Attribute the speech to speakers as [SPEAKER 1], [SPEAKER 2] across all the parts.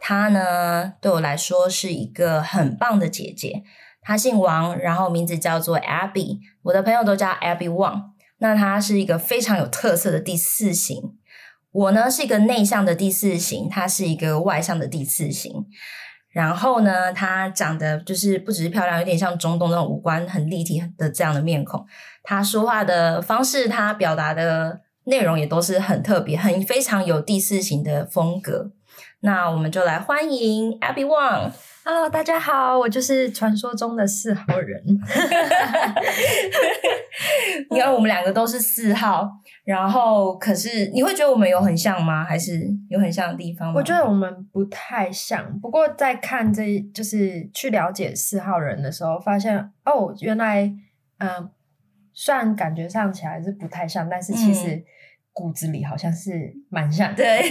[SPEAKER 1] 她呢对我来说是一个很棒的姐姐。她姓王，然后名字叫做 Abby，我的朋友都叫 Abby Wang。那她是一个非常有特色的第四型，我呢是一个内向的第四型，她是一个外向的第四型。然后呢，她长得就是不只是漂亮，有点像中东那种五官很立体的这样的面孔。她说话的方式，她表达的内容也都是很特别，很非常有第四型的风格。那我们就来欢迎 Abby Wang。
[SPEAKER 2] Hello，大家好，我就是传说中的四号 人。
[SPEAKER 1] 你看，我们两个都是四号，然后可是你会觉得我们有很像吗？还是有很像的地方吗？
[SPEAKER 2] 我觉得我们不太像，不过在看这就是去了解四号人的时候，发现哦，原来嗯、呃虽然感觉上起来是不太像，但是其实
[SPEAKER 1] 嗯
[SPEAKER 2] 骨子里好像是蛮像 的。
[SPEAKER 1] 对，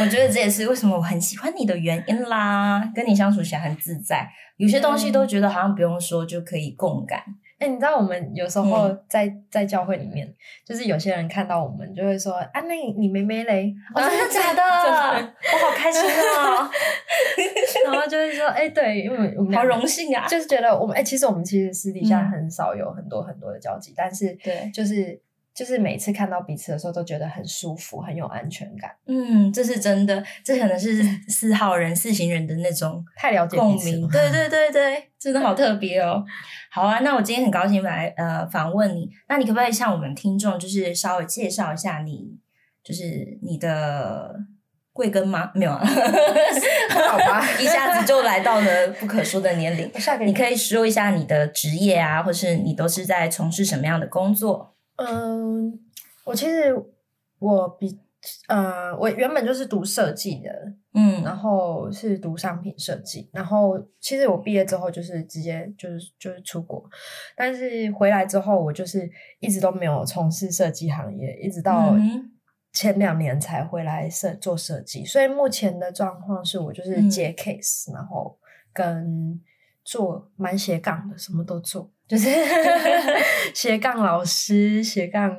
[SPEAKER 1] 我觉得这也是为什么我很喜欢你的原因啦。跟你相处起来很自在，有些东西都觉得好像不用说就可以共感。
[SPEAKER 2] 哎、你知道我们有时候
[SPEAKER 1] 嗯
[SPEAKER 2] 在、在教会里面，就是有些人看到我们就会说啊，那你你妹妹 嘞？
[SPEAKER 1] 哦，真的假的？
[SPEAKER 2] 真的
[SPEAKER 1] 我好开心哦，
[SPEAKER 2] 然后就会说，哎、对，因为我们我们
[SPEAKER 1] 好
[SPEAKER 2] 两个
[SPEAKER 1] 荣幸啊！
[SPEAKER 2] 就是觉得我们哎、其实我们其实私底下
[SPEAKER 1] 嗯
[SPEAKER 2] 很少有很多很多的交集，但是
[SPEAKER 1] 对
[SPEAKER 2] 就是就是每次看到彼此的时候都觉得很舒服，很有安全感，
[SPEAKER 1] 嗯，这是真的，这可能是四号人、四型人的那种
[SPEAKER 2] 太了解
[SPEAKER 1] 共
[SPEAKER 2] 彼此
[SPEAKER 1] 鸣，
[SPEAKER 2] 了。
[SPEAKER 1] 对对对对，真的好特别哦。好啊，那我今天很高兴来呃访问你，那你可不可以向我们听众就是稍微介绍一下你，就是你的贵庚吗？没有 啊，
[SPEAKER 2] 好吧
[SPEAKER 1] 一下子就来到了不可说的年龄。
[SPEAKER 2] 我下给
[SPEAKER 1] 你
[SPEAKER 2] 你，
[SPEAKER 1] 可以说一下你的职业啊，或是你都是在从事什么样的工作？
[SPEAKER 2] 嗯，我其实我比呃，我原本就是读设计的，
[SPEAKER 1] 嗯
[SPEAKER 2] 然后是读商品设计，然后其实我毕业之后就是直接就是就是出国，但是回来之后我就是一直都没有从事设计行业，一直到
[SPEAKER 1] 嗯哼
[SPEAKER 2] 前两年才回来设做设计，所以目前的状况是我就是
[SPEAKER 1] 嗯
[SPEAKER 2] 接 case，、然后跟做蛮斜杠的，什么都做，就是 斜杠老师、斜杠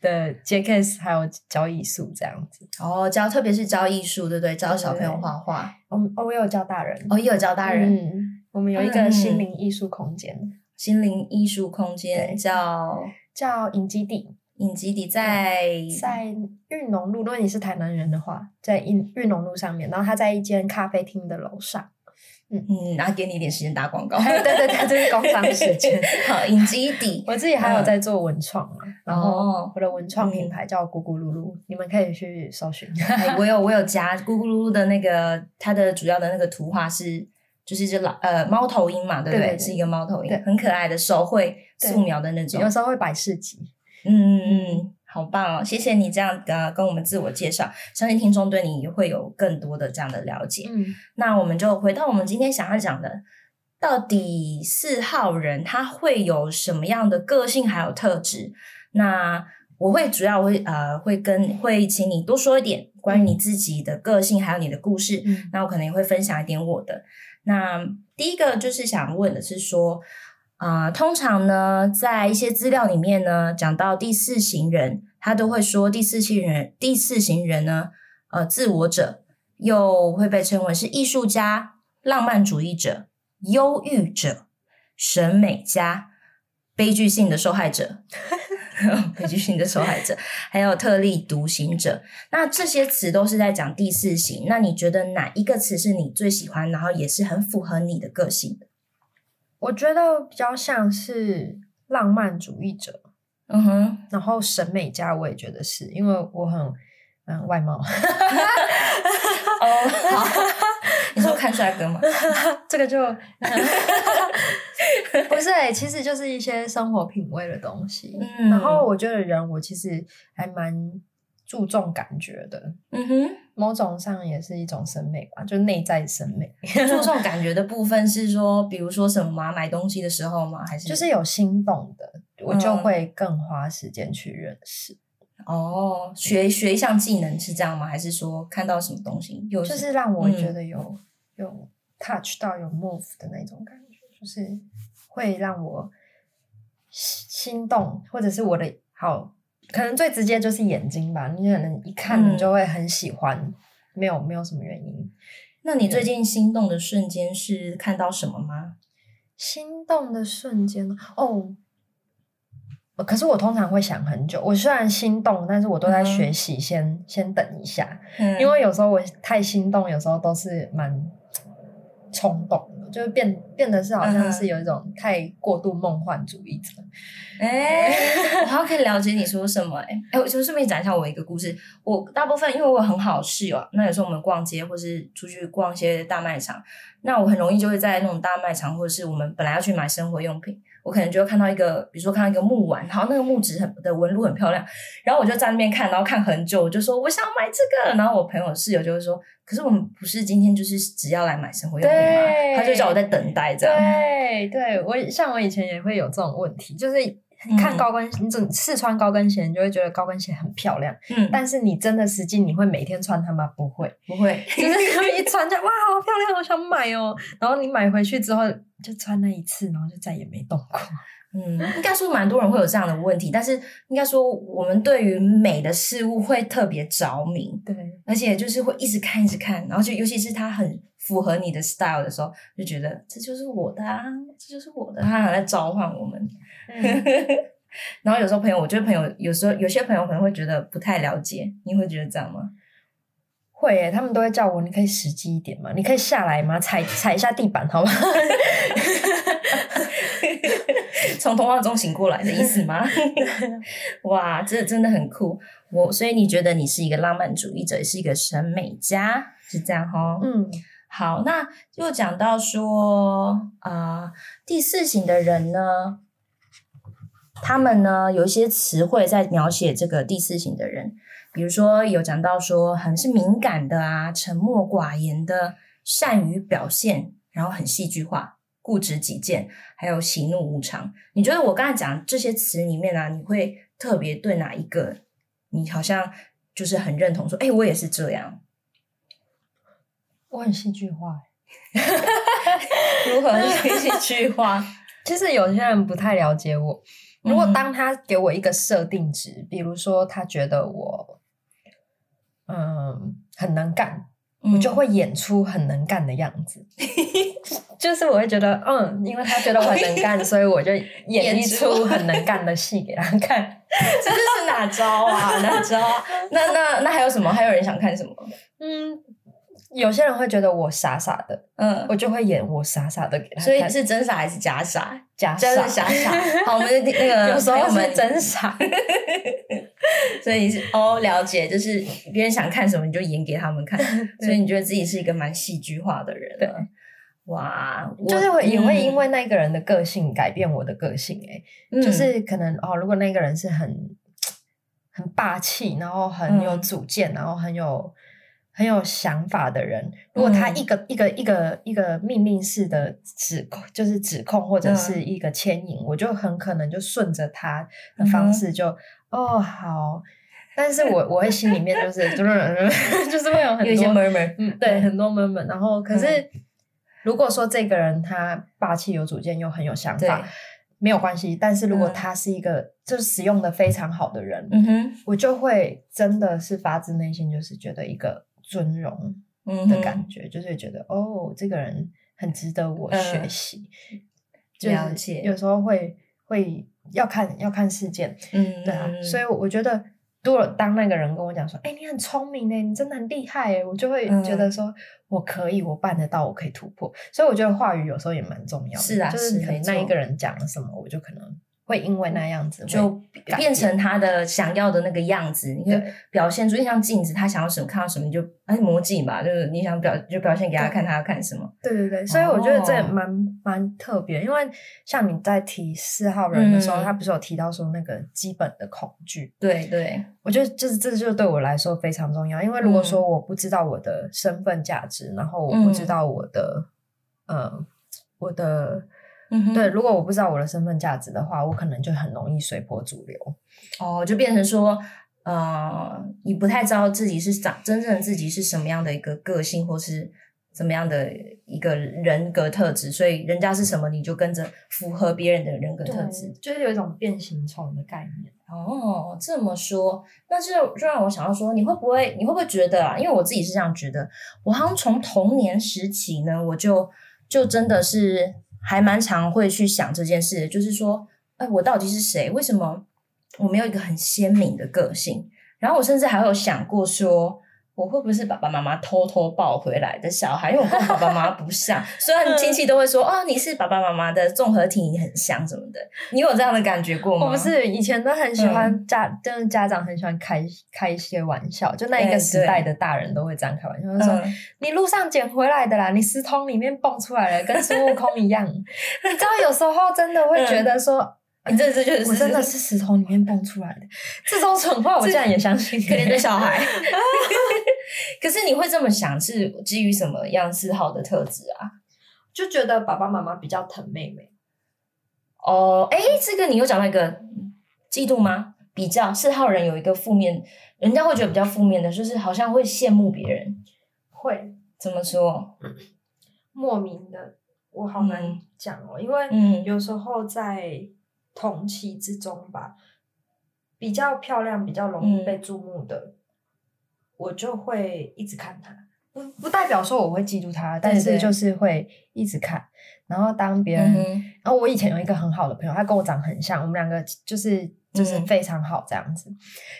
[SPEAKER 2] 的接 case，还有教艺术这样子。
[SPEAKER 1] 哦，教特别是教艺术，对不对？教小朋友画画，
[SPEAKER 2] 我们哦，我有教大人，
[SPEAKER 1] 哦，也有教大人、
[SPEAKER 2] 嗯我们有一个
[SPEAKER 1] 嗯
[SPEAKER 2] 心灵艺术空间，
[SPEAKER 1] 心灵艺术空间
[SPEAKER 2] 对
[SPEAKER 1] 叫
[SPEAKER 2] 叫影基地，
[SPEAKER 1] 影集底在
[SPEAKER 2] 在玉农路。如果你是台南人的话，在玉玉农路上面，然后它在一间咖啡厅的楼上。
[SPEAKER 1] 嗯，然后给你一点时间打广告，
[SPEAKER 2] 哎，对对对，这是工商时间。
[SPEAKER 1] 好，影集底，
[SPEAKER 2] 我自己还有在做文创嘛，然后
[SPEAKER 1] 哦
[SPEAKER 2] 我的文创品牌叫咕咕噜噜，你们可以去搜寻。
[SPEAKER 1] 哎我有我有加咕咕噜噜的那个，它的主要的那个图画是。就是一只老呃猫头鹰嘛，对不对？
[SPEAKER 2] 对对对
[SPEAKER 1] 是一个猫头
[SPEAKER 2] 对
[SPEAKER 1] 鹰，很可爱的手绘素描的那种。
[SPEAKER 2] 有时候会摆市集，
[SPEAKER 1] 嗯嗯嗯，好棒哦！谢谢你这样呃跟我们自我介绍，相信听众对你会有更多的这样的了解。
[SPEAKER 2] 嗯，
[SPEAKER 1] 那我们就回到我们今天想要讲的，到底四号人他会有什么样的个性还有特质？那我会主要会呃会跟会请你多说一点关于你自己的个性还有你的故事，
[SPEAKER 2] 嗯
[SPEAKER 1] 那我可能也会分享一点我的。那第一个就是想问的是说，啊、通常呢，在一些资料里面呢，讲到第四型人，他都会说第四型人，第四型人呢，呃，自我者又会被称为是艺术家、浪漫主义者、忧郁者、审美家、悲剧性的受害者、 悲剧性的受害者，还有特立独行者。那这些词都是在讲第四型。那你觉得哪一个词是你最喜欢，然后也是很符合你的个性的？
[SPEAKER 2] 我觉得比较像是浪漫主义者，
[SPEAKER 1] 嗯哼，
[SPEAKER 2] 然后审美家我也觉得是因为我很嗯外貌，
[SPEAKER 1] 哦，好， 你说看帅哥吗？
[SPEAKER 2] 这个就 不是哎、其实就是一些生活品味的东西。
[SPEAKER 1] 嗯
[SPEAKER 2] 然后我觉得人我其实还蛮注重感觉的，
[SPEAKER 1] 嗯哼，
[SPEAKER 2] 某种上也是一种审美吧，就内在审美，
[SPEAKER 1] 注重感觉的部分是说，比如说什么吗？买东西的时候吗？还是嗯
[SPEAKER 2] 就是有心动的，我就会更花时间去认识，
[SPEAKER 1] 哦，学学一项技能是这样吗？还是说看到什么东西嗯又
[SPEAKER 2] 就是让我觉得有、有 touch 到有 move 的那种感觉，就是会让我心心动，或者是我的好，可能最直接就是眼睛吧，你可能一看
[SPEAKER 1] 嗯
[SPEAKER 2] 你就会很喜欢，没有没有什么原因。
[SPEAKER 1] 那你最
[SPEAKER 2] 嗯
[SPEAKER 1] 近心动的瞬间是看到什么吗？
[SPEAKER 2] 心动的瞬间哦，呃可是我通常会想很久。我虽然心动，但是我都在
[SPEAKER 1] 嗯哼
[SPEAKER 2] 学习先、先等一下，
[SPEAKER 1] 嗯
[SPEAKER 2] 因为有时候我太心动，有时候都是蛮冲动的，就是变变得是好
[SPEAKER 1] 嗯
[SPEAKER 2] 像
[SPEAKER 1] 哼
[SPEAKER 2] 是有一种太过度梦幻主义者。
[SPEAKER 1] 哎、 我好像可以了解你说什么哎、哎、我就顺便讲一下我一个故事。我大部分因为我有很好的室友啊，那有时候我们逛街或是出去逛一些大卖场，那我很容易就会在那种大卖场或者是我们本来要去买生活用品，我可能就会看到一个，比如说看到一个木碗，然后那个木质很的纹路很漂亮，然后我就在那边看，然后看很久，我就说我想买这个，然后我朋友室友就会说，可是我们不是今天就是只要来买生活用品吗？
[SPEAKER 2] 对
[SPEAKER 1] 他就叫我在等待这样。
[SPEAKER 2] 对，对我像我以前也会有这种问题，就是你
[SPEAKER 1] 嗯
[SPEAKER 2] 看高跟，你整试穿高跟鞋，你就会觉得高跟鞋很漂亮，
[SPEAKER 1] 嗯，
[SPEAKER 2] 但是你真的实际你会每天穿它吗？不会。
[SPEAKER 1] 不会，
[SPEAKER 2] 就是他们一穿就哇，好漂亮，我想买哦。然后你买回去之后就穿那一次，然后就再也没动过。
[SPEAKER 1] 嗯，应该说蛮多人会有这样的问题，但是应该说我们对于美的事物会特别着迷，
[SPEAKER 2] 对，
[SPEAKER 1] 而且就是会一直看一直看，然后就尤其是它很符合你的 style 的时候，就觉得这就是我的啊，这就是我的，它还在召唤我们。
[SPEAKER 2] 嗯
[SPEAKER 1] 然后有时候朋友，我觉得朋友有时候有些朋友可能会觉得不太了解，你会觉得这样吗？
[SPEAKER 2] 会欸耶，他们都会叫我，你可以实际一点嘛，你可以下来吗？踩 踩一下地板，好吗？
[SPEAKER 1] 从童话中醒过来的意思吗？ 哇，这真的很酷。我所以你觉得你是一个浪漫主义者，也是一个审美家，是这样哦。
[SPEAKER 2] 嗯，
[SPEAKER 1] 好，那又讲到说，呃，第四型的人呢，他们呢有一些词汇在描写这个第四型的人，比如说有讲到说很是敏感的啊，沉默寡言的，善于表现，然后很戏剧化，固执己见，还有喜怒无常。你觉得我刚才讲这些词里面啊，你会特别对哪一个？你好像就是很认同说，哎、我也是这样，
[SPEAKER 2] 我很戏剧化耶。欸
[SPEAKER 1] 如何戏剧化？
[SPEAKER 2] 其实有些人不太了解我。如果
[SPEAKER 1] 嗯
[SPEAKER 2] 当他给我一个设定值，比如说他觉得我，嗯，很能干，
[SPEAKER 1] 我
[SPEAKER 2] 我就会演出很能干的样子， 就是我会觉得，嗯，因为他觉得我很能干，所以我就演一出很能干的戏给他看。
[SPEAKER 1] 这就是哪招啊？哪招啊？那那那还有什么？还有人想看什么？
[SPEAKER 2] 嗯，有些人会觉得我傻傻的，
[SPEAKER 1] 嗯，
[SPEAKER 2] 我就会演我傻傻的给他看，
[SPEAKER 1] 所以是真傻还是假傻？
[SPEAKER 2] 假
[SPEAKER 1] 真的
[SPEAKER 2] 傻
[SPEAKER 1] 假，傻。好，我们的那个
[SPEAKER 2] 有时
[SPEAKER 1] 朋
[SPEAKER 2] 候
[SPEAKER 1] 友们
[SPEAKER 2] 是，真傻。
[SPEAKER 1] 所以你是哦，了解，就是别人想看什么你就演给他们看，
[SPEAKER 2] 对
[SPEAKER 1] 所以你觉得自己是一个蛮戏剧化的人。啊
[SPEAKER 2] 对，
[SPEAKER 1] 哇，我
[SPEAKER 2] 就是会也会因、为
[SPEAKER 1] 嗯
[SPEAKER 2] 那个人的个性改变我的个性、欸，
[SPEAKER 1] 嗯
[SPEAKER 2] 就是可能哦，如果那个人是很很霸气，然后很有
[SPEAKER 1] 嗯
[SPEAKER 2] 主见，然后很有很有想法的人，如果他
[SPEAKER 1] 嗯
[SPEAKER 2] 一个、一个一个一个命令式的指控，就是指控或者
[SPEAKER 1] 嗯
[SPEAKER 2] 是一个牵引，我就很可能就顺着他的
[SPEAKER 1] 嗯
[SPEAKER 2] 方
[SPEAKER 1] 哼
[SPEAKER 2] 式就、哦好，但 是我我会心里面就是就是 就是会有很
[SPEAKER 1] 有一些
[SPEAKER 2] 多
[SPEAKER 1] murmur，
[SPEAKER 2] 嗯，对，
[SPEAKER 1] 嗯
[SPEAKER 2] 很多闷闷。然后，可是、如果说这个人他霸气有主见又很有想
[SPEAKER 1] 对
[SPEAKER 2] 法，没有关系。但是如果
[SPEAKER 1] 嗯
[SPEAKER 2] 他是一个、就是使用的非常好的人，
[SPEAKER 1] 嗯哼，
[SPEAKER 2] 我就会真的是发自内心就是觉得一个尊荣
[SPEAKER 1] 嗯
[SPEAKER 2] 的
[SPEAKER 1] 哼，
[SPEAKER 2] 感觉，就是会觉得哦，这个人很值得我
[SPEAKER 1] 嗯
[SPEAKER 2] 学习。
[SPEAKER 1] 了
[SPEAKER 2] 就是
[SPEAKER 1] 解
[SPEAKER 2] 有时候会会要看要看事件，
[SPEAKER 1] 嗯，
[SPEAKER 2] 对啊，所以我觉得，如果当那个人跟我讲说：“哎、你很聪明呢，你真的很厉害耶”，我就会
[SPEAKER 1] 嗯
[SPEAKER 2] 觉得说、我可以，我办得到，我可以突破。所以我觉得话语有时候也蛮重要的，
[SPEAKER 1] 是啊
[SPEAKER 2] 就
[SPEAKER 1] 是
[SPEAKER 2] 是可能
[SPEAKER 1] 没
[SPEAKER 2] 那一
[SPEAKER 1] 错
[SPEAKER 2] 个人讲了什么，我就可能会因为那样子
[SPEAKER 1] 就
[SPEAKER 2] 会改
[SPEAKER 1] 变
[SPEAKER 2] 变
[SPEAKER 1] 成他的想要的那个样子，你会
[SPEAKER 2] 对
[SPEAKER 1] 表现出，就像镜子，他想要什么看到什么，你就哎魔镜吧，就是你想表就表现给他看，他要看什么。
[SPEAKER 2] 对对对，所以我觉得这也
[SPEAKER 1] 哦
[SPEAKER 2] 蛮、蛮特别，因为像你在提四号人的时候，
[SPEAKER 1] 嗯
[SPEAKER 2] 他不是有提到说那个基本的恐惧，
[SPEAKER 1] 对对，
[SPEAKER 2] 我觉得就是这就对我来说非常重要，因为如果
[SPEAKER 1] 嗯
[SPEAKER 2] 说我不知道我的身份价值，然后我不知
[SPEAKER 1] 嗯
[SPEAKER 2] 道我的、呃我的
[SPEAKER 1] 嗯哼
[SPEAKER 2] 对，，如果我不知道我的身份价值的话，我可能就很容易随波逐流。
[SPEAKER 1] 哦，就变成说，呃，你不太知道自己是长真正自己是什么样的一个个性，或是怎么样的一个人格特质，所以人家是什么你就跟着符合别人的人格特质
[SPEAKER 2] 对，。就是有一种变形虫的概念。
[SPEAKER 1] 哦，这么说，那就就让我想到说，你会不会，你会不会觉得啊？因为我自己是这样觉得，我好像从童年时期呢，我就就真的是还蛮常会去想这件事，就是说，哎，我到底是谁？为什么我没有一个很鲜明的个性？然后我甚至还有想过说。我会不会是爸爸妈妈偷偷抱回来的小孩？因为我跟我爸爸妈妈不像，虽然亲戚都会说哦，你是爸爸妈妈的综合体，你很像什么的。你有这样的感觉过吗？
[SPEAKER 2] 我不是以前都很喜欢家，就是家长很喜欢开开一些玩笑，就那一
[SPEAKER 1] 对
[SPEAKER 2] 个时代的大人都会这样开玩笑，就说、
[SPEAKER 1] 嗯
[SPEAKER 2] 你路上捡回来的啦，你石桶里面蹦出来了，跟孙悟空一 样。你知道有时候真的会觉得说，
[SPEAKER 1] 啊你这这就是
[SPEAKER 2] 我真的是石桶里面蹦出来的，这种蠢话我竟然也相信、
[SPEAKER 1] 可怜的小孩。 可是你会这么想，是基于什么样是好的特质啊？
[SPEAKER 2] 就觉得爸爸妈妈比较疼妹妹，
[SPEAKER 1] 哦，哎，这个你又讲到一个嫉妒吗？比较四号人有一个负面，人家会觉得比较负面的，就是好像会羡慕别人。
[SPEAKER 2] 会
[SPEAKER 1] 怎么说？
[SPEAKER 2] 莫名的，我好
[SPEAKER 1] 嗯
[SPEAKER 2] 难讲哦，因为
[SPEAKER 1] 嗯
[SPEAKER 2] 有时候在同期之中吧，比较漂亮、比较容易
[SPEAKER 1] 嗯
[SPEAKER 2] 被注目的，我就会一直看她。不不代表说我会嫉妒她，但
[SPEAKER 1] 对
[SPEAKER 2] 是就是会一直看。然后当别人，
[SPEAKER 1] 嗯
[SPEAKER 2] 然
[SPEAKER 1] 哼，
[SPEAKER 2] 后我以前有一个很好的朋友，他跟我长很像，我们两个就是就是
[SPEAKER 1] 嗯
[SPEAKER 2] 非常好这样子。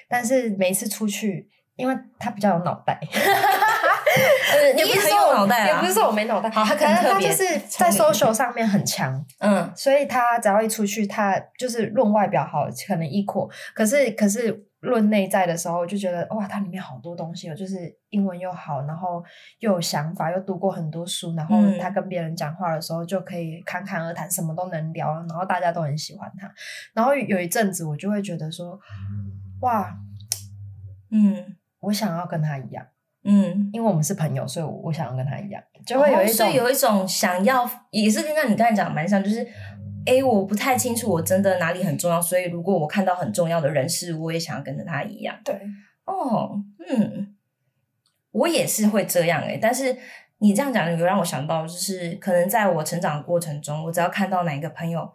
[SPEAKER 2] 但是每一次出去，因为他比较有脑袋，
[SPEAKER 1] 呃，你
[SPEAKER 2] 也
[SPEAKER 1] 不
[SPEAKER 2] 不是
[SPEAKER 1] 是
[SPEAKER 2] 说
[SPEAKER 1] 有
[SPEAKER 2] 我
[SPEAKER 1] 脑袋啊？
[SPEAKER 2] 也不是说我没脑袋，
[SPEAKER 1] 好他可
[SPEAKER 2] 可
[SPEAKER 1] 能
[SPEAKER 2] 能
[SPEAKER 1] 特
[SPEAKER 2] 他
[SPEAKER 1] 别
[SPEAKER 2] 就是在
[SPEAKER 1] 聪明
[SPEAKER 2] social 上面很强，
[SPEAKER 1] 嗯
[SPEAKER 2] 所以他只要一出去，他就是论外表好，可能 equal，可是可是论内在的时候，就觉得哇，他里面好多东西哦，就是英文又好，然后又有想法，又读过很多书，然后
[SPEAKER 1] 嗯
[SPEAKER 2] 他跟别人讲话的时候就可以侃侃而谈，什么都能聊，然后大家都很喜欢他。然后有一阵子，我就会觉得说，哇，
[SPEAKER 1] 嗯
[SPEAKER 2] 我想要跟他一样，
[SPEAKER 1] 嗯，
[SPEAKER 2] 因为我们是朋友，所以我我想要跟他一样，就会有
[SPEAKER 1] 哦
[SPEAKER 2] 一
[SPEAKER 1] 所
[SPEAKER 2] 种、
[SPEAKER 1] 以有一种想要，也是跟你刚才讲的蛮像，就是，诶，我不太清楚我真的哪里很重要，所以如果我看到很重要的人事物，我也想要跟着他一样。
[SPEAKER 2] 对。
[SPEAKER 1] 哦，嗯，我也是会这样诶、欸但是你这样讲，有让我想到，就是可能在我成长的过程中，我只要看到哪一个朋友。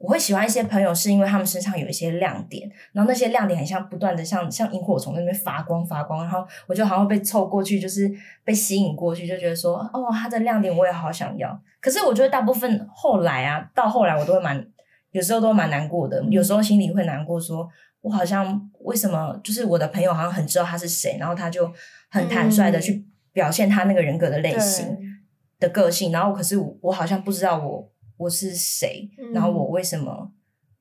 [SPEAKER 1] 我会喜欢一些朋友，是因为他们身上有一些亮点，然后那些亮点很像不断的像像萤火虫在那边发光发光，然后我就好像被凑过去，就是被吸引过去，就觉得说哦，他的亮点我也好想要。可是我觉得大部分后来啊，到后来我都会蛮，有时候都会蛮难过的，有时候心里会难过说，我好像为什么就是我的朋友好像很知道他是谁，然后他就很坦率的
[SPEAKER 2] 嗯
[SPEAKER 1] 去表现他那个人格的类
[SPEAKER 2] 对
[SPEAKER 1] 型。的个性，然后可是我我好像不知道我我是谁，
[SPEAKER 2] 嗯
[SPEAKER 1] 然后我为什么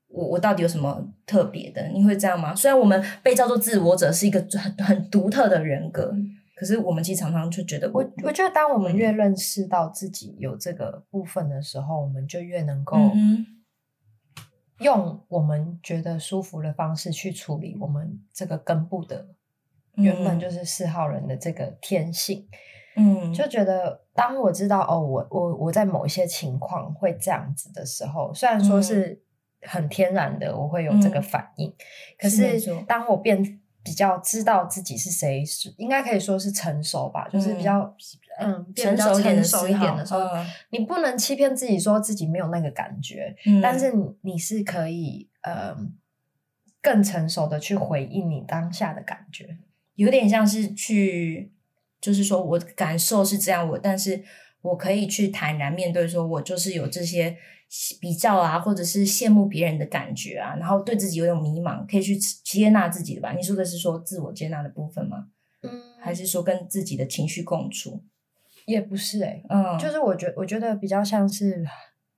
[SPEAKER 1] 我我到底有什么特别的？你会这样吗？虽然我们被叫做自我者是一个很很独特的人格，可是我们其实常常就觉得
[SPEAKER 2] 嗯我我觉得，当我们
[SPEAKER 1] 嗯
[SPEAKER 2] 越认识到自己有这个部分的时候，我们就越能够
[SPEAKER 1] 嗯嗯
[SPEAKER 2] 用我们觉得舒服的方式去处理我们这个根部的原本就是四号人的这个天性。
[SPEAKER 1] 嗯
[SPEAKER 2] 就觉得，当我知道哦，我我我在某一些情况会这样子的时候，虽然说
[SPEAKER 1] 嗯
[SPEAKER 2] 是很天然的，我会有这个
[SPEAKER 1] 嗯
[SPEAKER 2] 反应，可
[SPEAKER 1] 是没
[SPEAKER 2] 是
[SPEAKER 1] 错
[SPEAKER 2] 当我变比较知道自己是谁，是应该可以说是成熟吧，就是比较嗯变
[SPEAKER 1] 成熟一
[SPEAKER 2] 比较
[SPEAKER 1] 点的
[SPEAKER 2] 成熟一
[SPEAKER 1] 思
[SPEAKER 2] 点
[SPEAKER 1] 考
[SPEAKER 2] 的时候，
[SPEAKER 1] 嗯
[SPEAKER 2] 你不能欺骗自己说自己没有那个感觉，
[SPEAKER 1] 嗯
[SPEAKER 2] 但是你你是可以嗯更成熟的去回应你当下的感觉，
[SPEAKER 1] 有点像是去，就是说我感受是这样，我但是我可以去坦然面对，说我就是有这些比较啊，或者是羡慕别人的感觉啊，然后对自己有点迷茫，可以去接纳自己的吧？你说的是说自我接纳的部分吗？
[SPEAKER 2] 嗯
[SPEAKER 1] 还是说跟自己的情绪共处？
[SPEAKER 2] 也不是哎、
[SPEAKER 1] 嗯，
[SPEAKER 2] 就是我觉我觉得比较像是，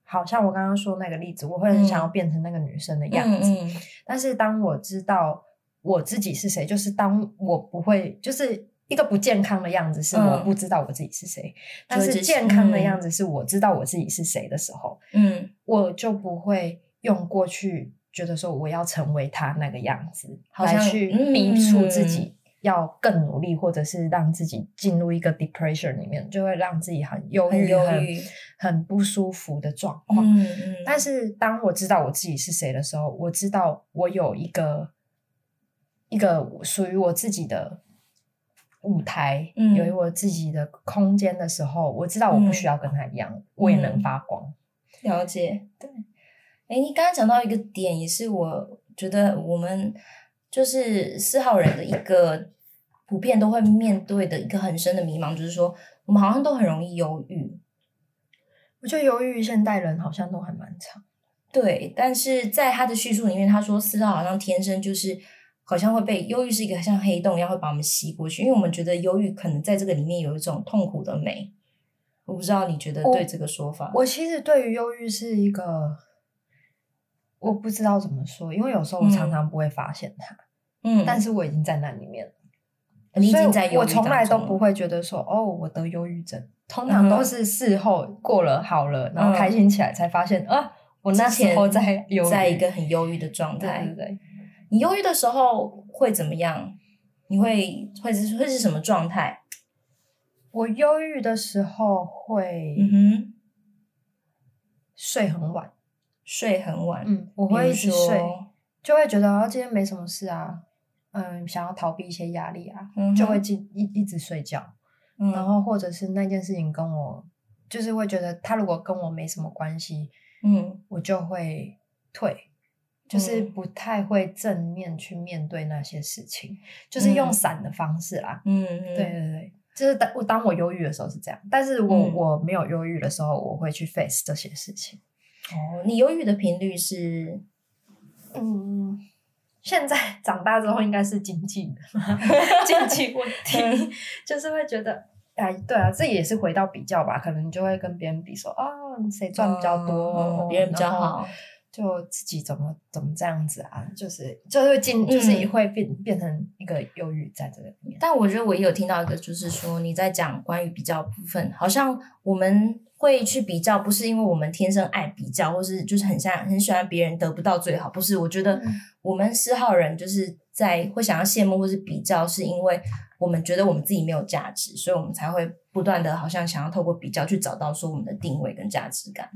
[SPEAKER 2] 好像我刚刚说那个例子，我会很想要变成那个女生的样子。
[SPEAKER 1] 嗯嗯嗯
[SPEAKER 2] 但是当我知道我自己是谁，就是当我不会，就是一个不健康的样子，是我
[SPEAKER 1] 嗯
[SPEAKER 2] 不知道我自己是谁；但
[SPEAKER 1] 就只
[SPEAKER 2] 是
[SPEAKER 1] 是
[SPEAKER 2] 健康的
[SPEAKER 1] 嗯
[SPEAKER 2] 样子，是我知道我自己是谁的时候，
[SPEAKER 1] 嗯，
[SPEAKER 2] 我就不会用过去觉得说我要成为他那个样子，
[SPEAKER 1] 好
[SPEAKER 2] 来
[SPEAKER 1] 像
[SPEAKER 2] 去
[SPEAKER 1] 嗯
[SPEAKER 2] 逼促自己。要更努力，或者是让自己进入一个 depression 里面，就会让自己很忧
[SPEAKER 1] 很
[SPEAKER 2] 郁、
[SPEAKER 1] 忧
[SPEAKER 2] 很
[SPEAKER 1] 郁，
[SPEAKER 2] 很不舒服的状况。
[SPEAKER 1] 嗯嗯，
[SPEAKER 2] 但是当我知道我自己是谁的时候，我知道我有一个一个属于我自己的舞台，
[SPEAKER 1] 嗯
[SPEAKER 2] 有我自己的空间的时候，我知道我不需要跟他一样，我也
[SPEAKER 1] 嗯
[SPEAKER 2] 能发光。
[SPEAKER 1] 了解，对。哎，你刚刚讲到一个点，也是我觉得我们就是四号人的一个普遍都会面对的一个很深的迷茫，就是说我们好像都很容易犹豫，
[SPEAKER 2] 我觉得犹豫现代人好像都还蛮长，
[SPEAKER 1] 对，但是在他的叙述里面，他说四号好像天生就是，好像会被忧郁是一个像黑洞一样会把我们吸过去，因为我们觉得忧郁可能在这个里面有一种痛苦的美。我不知道你觉得
[SPEAKER 2] 我
[SPEAKER 1] 对这个说法？
[SPEAKER 2] 我其实对于忧郁是一个，我不知道怎么说，因为有时候我常常不会发现它，
[SPEAKER 1] 嗯，
[SPEAKER 2] 但是我已经在那里面了，
[SPEAKER 1] 你已
[SPEAKER 2] 所以
[SPEAKER 1] 经在忧郁
[SPEAKER 2] 我从来都
[SPEAKER 1] 当中
[SPEAKER 2] 不
[SPEAKER 1] 了
[SPEAKER 2] 会觉得说哦，我得忧郁症，通
[SPEAKER 1] 嗯哼
[SPEAKER 2] 常都是事后过了好了，然
[SPEAKER 1] 嗯
[SPEAKER 2] 后开心起来才发现啊，我那
[SPEAKER 1] 之
[SPEAKER 2] 时
[SPEAKER 1] 前
[SPEAKER 2] 候在忧郁，
[SPEAKER 1] 在一个很忧郁的状
[SPEAKER 2] 对对
[SPEAKER 1] 态。
[SPEAKER 2] 对，
[SPEAKER 1] 你忧郁的时候会怎么样？你会会是会是什么状态？
[SPEAKER 2] 我忧郁的时候会
[SPEAKER 1] 嗯哼，
[SPEAKER 2] 睡很晚，
[SPEAKER 1] 睡很晚，
[SPEAKER 2] 嗯，我
[SPEAKER 1] 比
[SPEAKER 2] 会
[SPEAKER 1] 如
[SPEAKER 2] 一直
[SPEAKER 1] 说
[SPEAKER 2] 睡，就会觉得啊今天没什么事啊，嗯，想要逃避一些压力啊，
[SPEAKER 1] 嗯哼
[SPEAKER 2] 就会一一一直睡觉，
[SPEAKER 1] 嗯
[SPEAKER 2] 然后或者是那件事情跟我，就是会觉得他如果跟我没什么关系，
[SPEAKER 1] 嗯
[SPEAKER 2] 我就会退，就是
[SPEAKER 1] 嗯
[SPEAKER 2] 不太会正面去面对那些事情，就是用
[SPEAKER 1] 嗯
[SPEAKER 2] 闪的方式啦。
[SPEAKER 1] 嗯嗯，
[SPEAKER 2] 对对对，就是当我当我忧郁的时候是这样，但是我、
[SPEAKER 1] 嗯
[SPEAKER 2] 我没有忧郁的时候，我会去 face 这些事情。
[SPEAKER 1] 哦，你忧郁的频率 是
[SPEAKER 2] 嗯，现在长大之后应该是经 济的经济问
[SPEAKER 1] 嗯
[SPEAKER 2] 题，就是会觉得。哎，对啊，这也是回到比较吧，可能就会跟别人比说，啊，谁赚比较多，哦
[SPEAKER 1] 嗯别人比较
[SPEAKER 2] 然后
[SPEAKER 1] 好，
[SPEAKER 2] 就自己怎么怎么这样子啊，就是就是会进，
[SPEAKER 1] 嗯
[SPEAKER 2] 就是会变、变成一个忧郁在这里面。
[SPEAKER 1] 但我觉得我也有听到一个，就是说你在讲关于比较部分，好像我们会去比较，不是因为我们天生爱比较，或是就是很像很喜欢别人得不到最好，不是。我觉得
[SPEAKER 2] 嗯
[SPEAKER 1] 我们四号人就是在会想要羡慕或是比较，是因为我们觉得我们自己没有价值，所以我们才会不断的好像想要透过比较去找到说我们的定位跟价值感。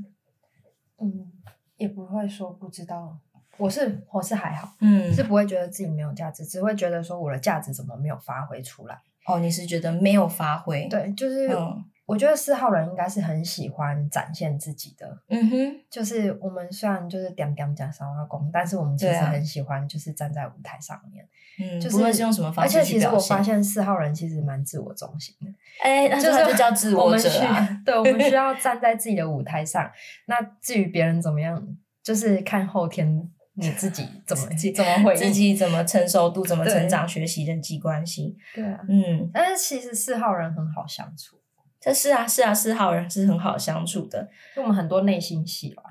[SPEAKER 2] 嗯，也不会说不知道，我是我是还好，
[SPEAKER 1] 嗯，
[SPEAKER 2] 是不会觉得自己没有价值，只会觉得说我的价值怎么没有发挥出来。
[SPEAKER 1] 哦，你是觉得没有发挥？，
[SPEAKER 2] 对，就是、
[SPEAKER 1] 嗯
[SPEAKER 2] 我觉得四号人应该是很喜欢展现自己的。
[SPEAKER 1] 嗯哼，
[SPEAKER 2] 就是我们虽然就是点点讲三花工，但是我们其实
[SPEAKER 1] 对啊
[SPEAKER 2] 很喜欢就是站在舞台上面。
[SPEAKER 1] 嗯，
[SPEAKER 2] 就是
[SPEAKER 1] 不论是用什么
[SPEAKER 2] 而
[SPEAKER 1] 方
[SPEAKER 2] 且
[SPEAKER 1] 式去
[SPEAKER 2] 其实
[SPEAKER 1] 表
[SPEAKER 2] 我
[SPEAKER 1] 现
[SPEAKER 2] 发，现四号人其实蛮自我中心的，
[SPEAKER 1] 哎，那
[SPEAKER 2] 就
[SPEAKER 1] 这
[SPEAKER 2] 是
[SPEAKER 1] 就叫自
[SPEAKER 2] 我
[SPEAKER 1] 我
[SPEAKER 2] 们
[SPEAKER 1] 者
[SPEAKER 2] 需
[SPEAKER 1] 啊。
[SPEAKER 2] 对，我们需 要 站在自己的舞台上。那至于别人怎么样，就是看后天你自己怎么
[SPEAKER 1] 己
[SPEAKER 2] 怎么 回
[SPEAKER 1] 自
[SPEAKER 2] 应。
[SPEAKER 1] 己怎么成熟度、怎么
[SPEAKER 2] 对
[SPEAKER 1] 成长、学习人际关系。
[SPEAKER 2] 对啊，
[SPEAKER 1] 嗯，
[SPEAKER 2] 但是其实四号人很好相处，
[SPEAKER 1] 这是啊，是啊，四号人是很好相处 的，
[SPEAKER 2] 就我们很多内心戏啦。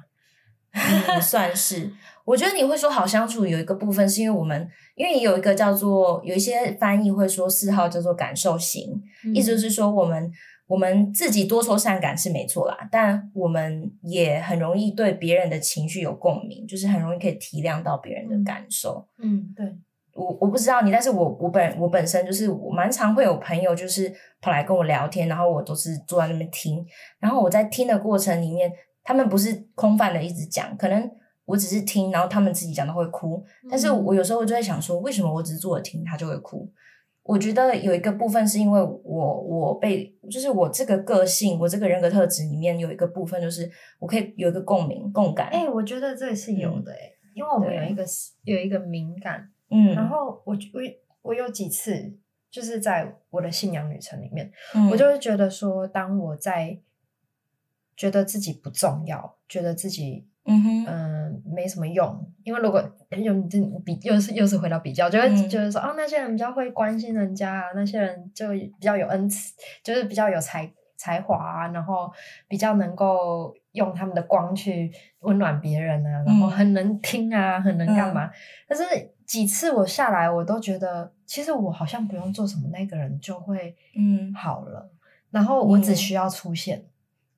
[SPEAKER 1] 嗯，算是。我觉得你会说好相处有一个部分是因为我们，因为有一个叫做有一些翻译会说四号叫做感受型，意思就是说我们我们自己多愁善感是没错啦，但我们也很容易对别人的情绪有共鸣，就是很容易可以体谅到别人的
[SPEAKER 2] 嗯
[SPEAKER 1] 感受。
[SPEAKER 2] 嗯，对，
[SPEAKER 1] 我我不知道你，但是我我本我本身就是我蛮常会有朋友就是跑来跟我聊天，然后我都是坐在那边听，然后我在听的过程里面，他们不是空泛的一直讲，可能我只是听，然后他们自己讲都会哭，但是
[SPEAKER 2] 嗯
[SPEAKER 1] 我有时候就在想说，为什么我只是坐着听他就会哭？我觉得有一个部分是因为我我被就是我这个个性，我这个人格特质里面有一个部分就是我可以有一个共鸣共感，
[SPEAKER 2] 哎、我觉得这是有的哎、因为我们有一个有一个敏感，
[SPEAKER 1] 嗯，
[SPEAKER 2] 然后我我我有几次就是在我的信仰旅程里面，
[SPEAKER 1] 嗯
[SPEAKER 2] 我就会觉得说，当我在觉得自己不重要，觉得自己
[SPEAKER 1] 嗯哼
[SPEAKER 2] 嗯没什么用，因为如果有你这比又是又是回到比较，就会
[SPEAKER 1] 嗯
[SPEAKER 2] 觉得说，哦，那些人比较会关心人家啊，那些人就比较有恩赐，就是比较有才才华啊，然后比较能够用他们的光去温暖别人啊，然后
[SPEAKER 1] 嗯
[SPEAKER 2] 很能听啊，很能干嘛。但是几次我下来，我都觉得，其实我好像不用做什么，那个人就会
[SPEAKER 1] 嗯
[SPEAKER 2] 好了。然后我只
[SPEAKER 1] 嗯
[SPEAKER 2] 需要出现，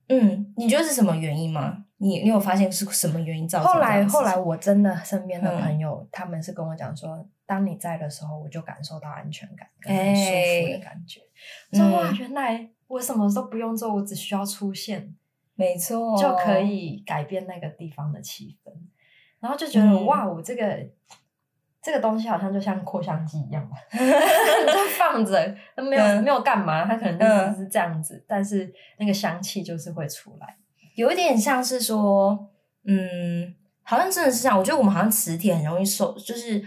[SPEAKER 1] 嗯，你觉得是什么原因吗？你你有发现是什么原因造成
[SPEAKER 2] 后
[SPEAKER 1] 这样
[SPEAKER 2] 来
[SPEAKER 1] 的事情？
[SPEAKER 2] 后来，我真的身边的
[SPEAKER 1] 嗯
[SPEAKER 2] 朋友，他们是跟我讲说，当你在的时候，我就感受到安全感跟
[SPEAKER 1] 哎
[SPEAKER 2] 很舒服的感觉。我说哇，
[SPEAKER 1] 嗯
[SPEAKER 2] 原来我什么都不用做，我只需要出现、
[SPEAKER 1] 没错，
[SPEAKER 2] 就可。以改变那个地方的气氛，然后就觉得、
[SPEAKER 1] 嗯
[SPEAKER 2] 哇，我这个这个东西好像就像扩香机一样 吧，你就放着，没有、
[SPEAKER 1] 嗯
[SPEAKER 2] 没有干嘛，它可能就
[SPEAKER 1] 嗯
[SPEAKER 2] 只是这样子，但是那个香气就是会出来。
[SPEAKER 1] 有一点像是说，嗯，好像真的是这样。我觉得我们好像磁铁很容易受，就是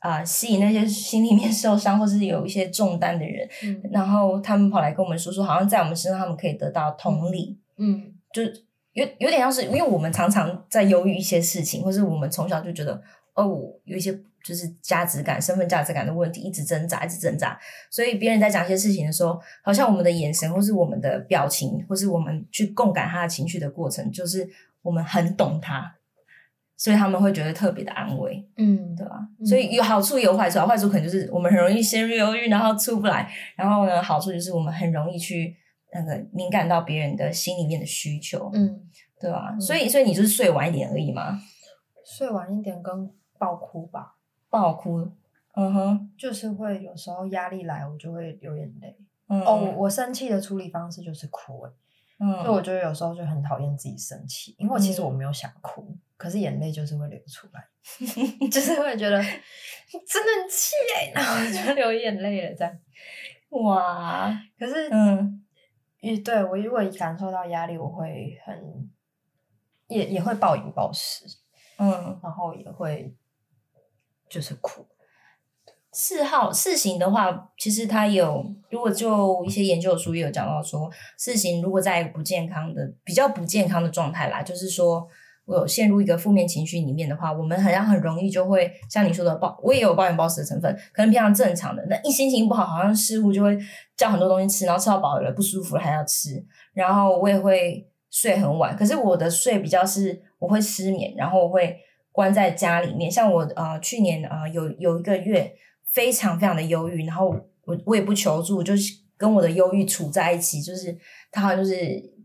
[SPEAKER 1] 啊、呃吸引那些心里面受伤或是有一些重担的人，
[SPEAKER 2] 嗯
[SPEAKER 1] 然后他们跑来跟我们说说，好像在我们身上他们可以得到同理，
[SPEAKER 2] 嗯
[SPEAKER 1] 就是有有点像是，因为我们常常在犹豫一些事情，或是我们从小就觉得哦，我有一些就是价值感、身份价值感的问题，一直挣扎，一直挣扎。所以别人在讲一些事情的时候，好像我们的眼神，或是我们的表情，或是我们去共感他的情绪的过程，就是我们很懂他，所以他们会觉得特别的安慰，
[SPEAKER 2] 嗯
[SPEAKER 1] 对，吧？
[SPEAKER 2] 嗯
[SPEAKER 1] 所以有好处也有坏处，好坏处可能就是我们很容易陷入忧郁，然后出不来；然后呢，好处就是我们很容易去那个敏感到别人的心里面的需求，
[SPEAKER 2] 嗯，
[SPEAKER 1] 对吧？
[SPEAKER 2] 嗯
[SPEAKER 1] 所以，所以你就是睡晚一点而已嘛，
[SPEAKER 2] 睡晚一点跟爆哭吧，
[SPEAKER 1] 爆哭，嗯哼，
[SPEAKER 2] 就是会有时候压力来，我就会流眼泪。
[SPEAKER 1] 嗯
[SPEAKER 2] 哦，我我生气的处理方式就是哭、欸，所以
[SPEAKER 1] 嗯
[SPEAKER 2] 我觉得有时候就很讨厌自己生气，因为其实
[SPEAKER 1] 嗯
[SPEAKER 2] 我没有想哭，可是眼泪就是会流出来， 就是会 觉得真的很气耶、然后就流眼泪了这样。
[SPEAKER 1] 哇，
[SPEAKER 2] 可是，
[SPEAKER 1] 嗯
[SPEAKER 2] 也对我如果感受到压力，我会很也也会暴饮暴食，
[SPEAKER 1] 嗯，
[SPEAKER 2] 然后也会就是哭。
[SPEAKER 1] 嗜好事情的话，其实它有，如果就一些研究书也有讲到说，事情如果在一个不健康的、比较不健康的状态啦，就是说。我有陷入一个负面情绪里面的话，我们好像很容易就会像你说的暴，我也有暴饮暴食的成分，可能平常正常的，那一心情不好，好像似乎就会叫很多东西吃，然后吃到饱了不舒服了还要吃，然后我也会睡很晚，可是我的睡比较是我会失眠，然后我会关在家里面。像我呃去年呃有有一个月非常非常的忧郁，然后我我也不求助，就是跟我的忧郁处在一起，就是他好像就是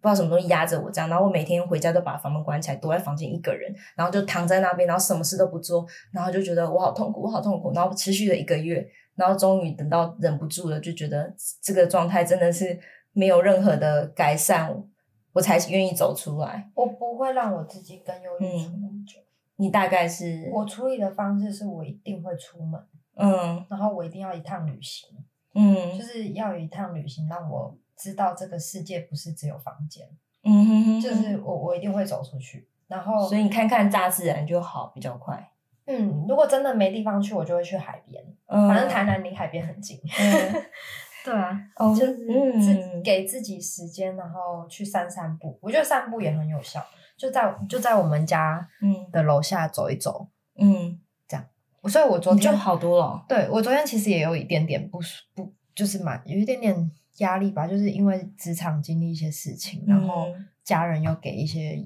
[SPEAKER 1] 不知道什么东西压着我这样，然后我每天回家都把房门关起来，躲在房间一个人，然后就躺在那边，然后什么事都不做，然后就觉得我好痛苦，我好痛苦，然后持续了一个月，然后终于等到忍不住了，就觉得这个状态真的是没有任何的改善，我才愿意走出来。
[SPEAKER 2] 我不会让我自己跟忧郁
[SPEAKER 1] 嗯
[SPEAKER 2] 处那么久。
[SPEAKER 1] 你大概是
[SPEAKER 2] 我处理的方式是我一定会出门，
[SPEAKER 1] 嗯
[SPEAKER 2] 然后我一定要一趟旅行。
[SPEAKER 1] 嗯
[SPEAKER 2] 就是要有一趟旅行，让我知道这个世界不是只有房间，
[SPEAKER 1] 嗯哼哼，
[SPEAKER 2] 就是我我一定会走出去。然后，
[SPEAKER 1] 所以你看看大自然就好，比较快。
[SPEAKER 2] 嗯，如果真的没地方去，我就会去海边。
[SPEAKER 1] 嗯，
[SPEAKER 2] 反正台南离海边很近。
[SPEAKER 1] 嗯
[SPEAKER 2] 对啊，
[SPEAKER 1] 哦
[SPEAKER 2] 就是自
[SPEAKER 1] 嗯
[SPEAKER 2] 给自己时间，然后去散散步。我觉得散步也很有效，就在就在我们家
[SPEAKER 1] 嗯
[SPEAKER 2] 的楼下走一走。
[SPEAKER 1] 嗯，
[SPEAKER 2] 所以我昨
[SPEAKER 1] 你就
[SPEAKER 2] 天，
[SPEAKER 1] 好多了。
[SPEAKER 2] 对我昨天其实也有一点点不舒不，就是蛮有一点点压力吧，就是因为职场经历一些事情，然后。
[SPEAKER 1] 嗯
[SPEAKER 2] 家人又给一些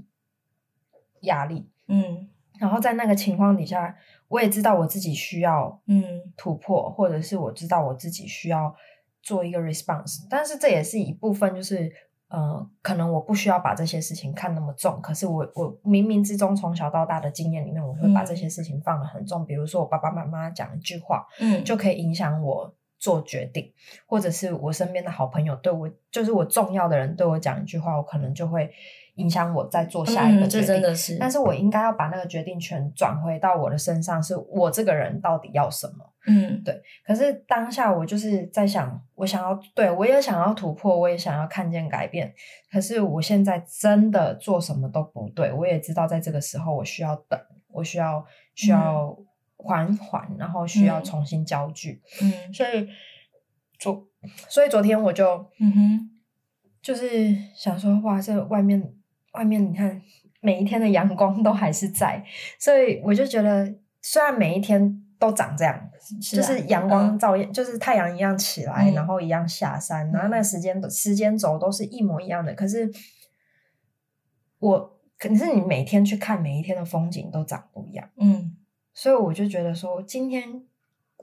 [SPEAKER 2] 压力，
[SPEAKER 1] 嗯
[SPEAKER 2] 然后在那个情况底下，我也知道我自己需要
[SPEAKER 1] 嗯
[SPEAKER 2] 突破，或者是我知道我自己需要做一个 response，但是这也是一部分，就是呃，可能我不需要把这些事情看那么重，可是我我冥冥之中从小到大的经验里面，我会把这
[SPEAKER 1] 嗯
[SPEAKER 2] 些事情放得很重，比如说我爸爸妈妈讲一句话，
[SPEAKER 1] 嗯，
[SPEAKER 2] 就可以影响我做决定，或者是我身边的好朋友对我，就是我重要的人对我讲一句话，我可能就会影响我再做下一个
[SPEAKER 1] 嗯这
[SPEAKER 2] 决定。
[SPEAKER 1] 真的是，
[SPEAKER 2] 但是我应该要把那个决定权转回到我的身上，是我这个人到底要什么？
[SPEAKER 1] 嗯
[SPEAKER 2] 可是当下我就是在想，我想要对我也想要突破，我也想要看见改变。可是我现在真的做什么都不对，我也知道在这个时候我需要等，我需要需要缓缓，然后需要
[SPEAKER 1] 嗯
[SPEAKER 2] 重新焦距。
[SPEAKER 1] 嗯
[SPEAKER 2] 所以昨，所以昨天我就
[SPEAKER 1] 嗯哼
[SPEAKER 2] 就是想说，哇，这外面外面你看，每一天的阳光都还是在，所以我就觉得，虽然每一天都长这样，
[SPEAKER 1] 是
[SPEAKER 2] 就
[SPEAKER 1] 啊
[SPEAKER 2] 是阳光照，艳，就是太阳一样起来，
[SPEAKER 1] 嗯
[SPEAKER 2] 然后一样下山，然后那个时间都时间轴都是一模一样的，可是我。可是你每天去看每一天的风景都长不一样，
[SPEAKER 1] 嗯
[SPEAKER 2] 所以我就觉得说今天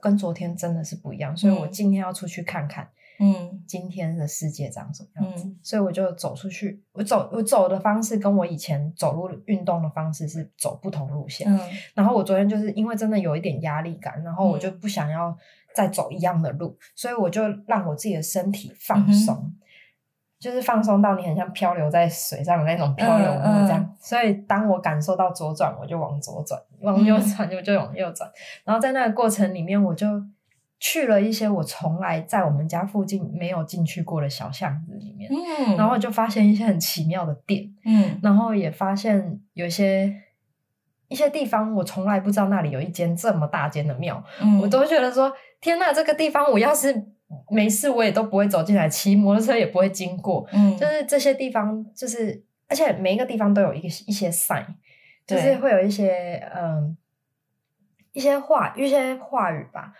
[SPEAKER 2] 跟昨天真的是不一样，所以我
[SPEAKER 1] 嗯
[SPEAKER 2] 今天要出去看看，
[SPEAKER 1] 嗯
[SPEAKER 2] 今天的世界长什么样子，
[SPEAKER 1] 嗯
[SPEAKER 2] 所以我就走出去。我走我走的方式跟我以前走路运动的方式是走不同路线。
[SPEAKER 1] 嗯
[SPEAKER 2] 然后我昨天就是因为真的有一点压力感，然后我就
[SPEAKER 1] 嗯
[SPEAKER 2] 不想
[SPEAKER 1] 嗯
[SPEAKER 2] 要再走一样的路，所以我就让我自己的身体放松。就是放松到你很像漂流在水上的那种漂流
[SPEAKER 1] 嗯
[SPEAKER 2] 木
[SPEAKER 1] 嗯
[SPEAKER 2] 这样。所以当我感受到左转，我就往左转；往右
[SPEAKER 1] 嗯
[SPEAKER 2] 转，我就往右转。然后在那个过程里面，我就去了一些我从来在我们家附近没有进去过的小巷子里面，
[SPEAKER 1] 嗯
[SPEAKER 2] 然后我就发现一些很奇妙的店，
[SPEAKER 1] 嗯
[SPEAKER 2] 然后也发现有些。一些地方我从来不知道那里有一间这么大间的庙，
[SPEAKER 1] 嗯，
[SPEAKER 2] 我都觉得说天呐，这个地方我要是没事我也都不会走进来，骑摩托车也不会经过，
[SPEAKER 1] 嗯
[SPEAKER 2] 就是这些地方，就是而且每一个地方都有一个一些 sign，就
[SPEAKER 1] 对
[SPEAKER 2] 是会有一些嗯一些话一些话语吧，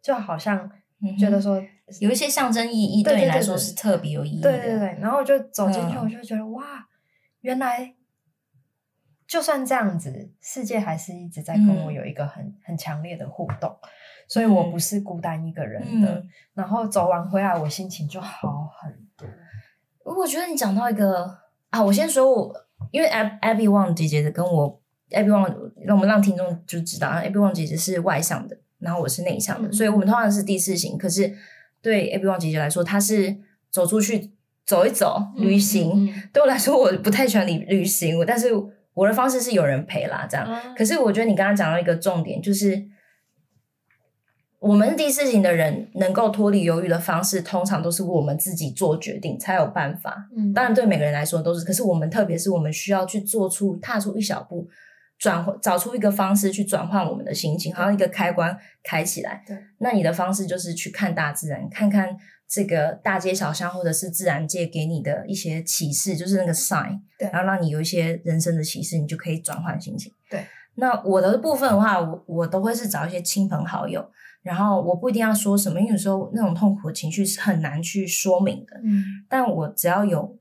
[SPEAKER 2] 就好像觉
[SPEAKER 1] 嗯
[SPEAKER 2] 得
[SPEAKER 1] 哼
[SPEAKER 2] 说，
[SPEAKER 1] 有一些象征意义
[SPEAKER 2] 对
[SPEAKER 1] 对你
[SPEAKER 2] 对
[SPEAKER 1] 来
[SPEAKER 2] 对
[SPEAKER 1] 说
[SPEAKER 2] 对
[SPEAKER 1] 是特别有意义的，
[SPEAKER 2] 对对对，然后我就走进去，
[SPEAKER 1] 嗯
[SPEAKER 2] 我就觉得、哇，原来就算这样子，世界还是一直在跟我
[SPEAKER 1] 嗯
[SPEAKER 2] 有一个很、很强烈的互动，所以我
[SPEAKER 1] 嗯
[SPEAKER 2] 不是孤单一个人的。
[SPEAKER 1] 嗯，
[SPEAKER 2] 然后走完回来，我心情就好很多。
[SPEAKER 1] 我觉得你讲到一个啊，我先说我，因为 Ab Abby Wang 姐姐的跟我 Abby Wang，让我们让听众就知道啊，Abby Wang 姐姐是外向的，然后我是内向的，
[SPEAKER 2] 嗯
[SPEAKER 1] 所以我们通常是第四型。可是对 Abby Wang 姐姐来说，她是走出去走一走，
[SPEAKER 2] 嗯
[SPEAKER 1] 旅行。对我来说，我不太喜欢旅旅行，我但是我的方式是有人陪啦，这样。
[SPEAKER 2] 嗯，
[SPEAKER 1] 可是我觉得你刚刚讲到一个重点，就是我们第四型的人能够脱离犹豫的方式，通常都是我们自己做决定才有办法。
[SPEAKER 2] 嗯
[SPEAKER 1] 当然，对每个人来说都是，可是我们特别是我们需要去做出踏出一小步，转换找出一个方式去转换我们的心情，好像一个开关开起来。
[SPEAKER 2] 对，
[SPEAKER 1] 那你的方式就是去看大自然，看看这个大街小巷或者是自然界给你的一些启示，就是那个 sign，
[SPEAKER 2] 对
[SPEAKER 1] 然后让你有一些人生的启示，你就可以转换心情。
[SPEAKER 2] 对，
[SPEAKER 1] 那我的部分的话，我我都会是找一些亲朋好友。然后我不一定要说什么，因为有时候那种痛苦的情绪是很难去说明的。
[SPEAKER 2] 嗯
[SPEAKER 1] 但我只要有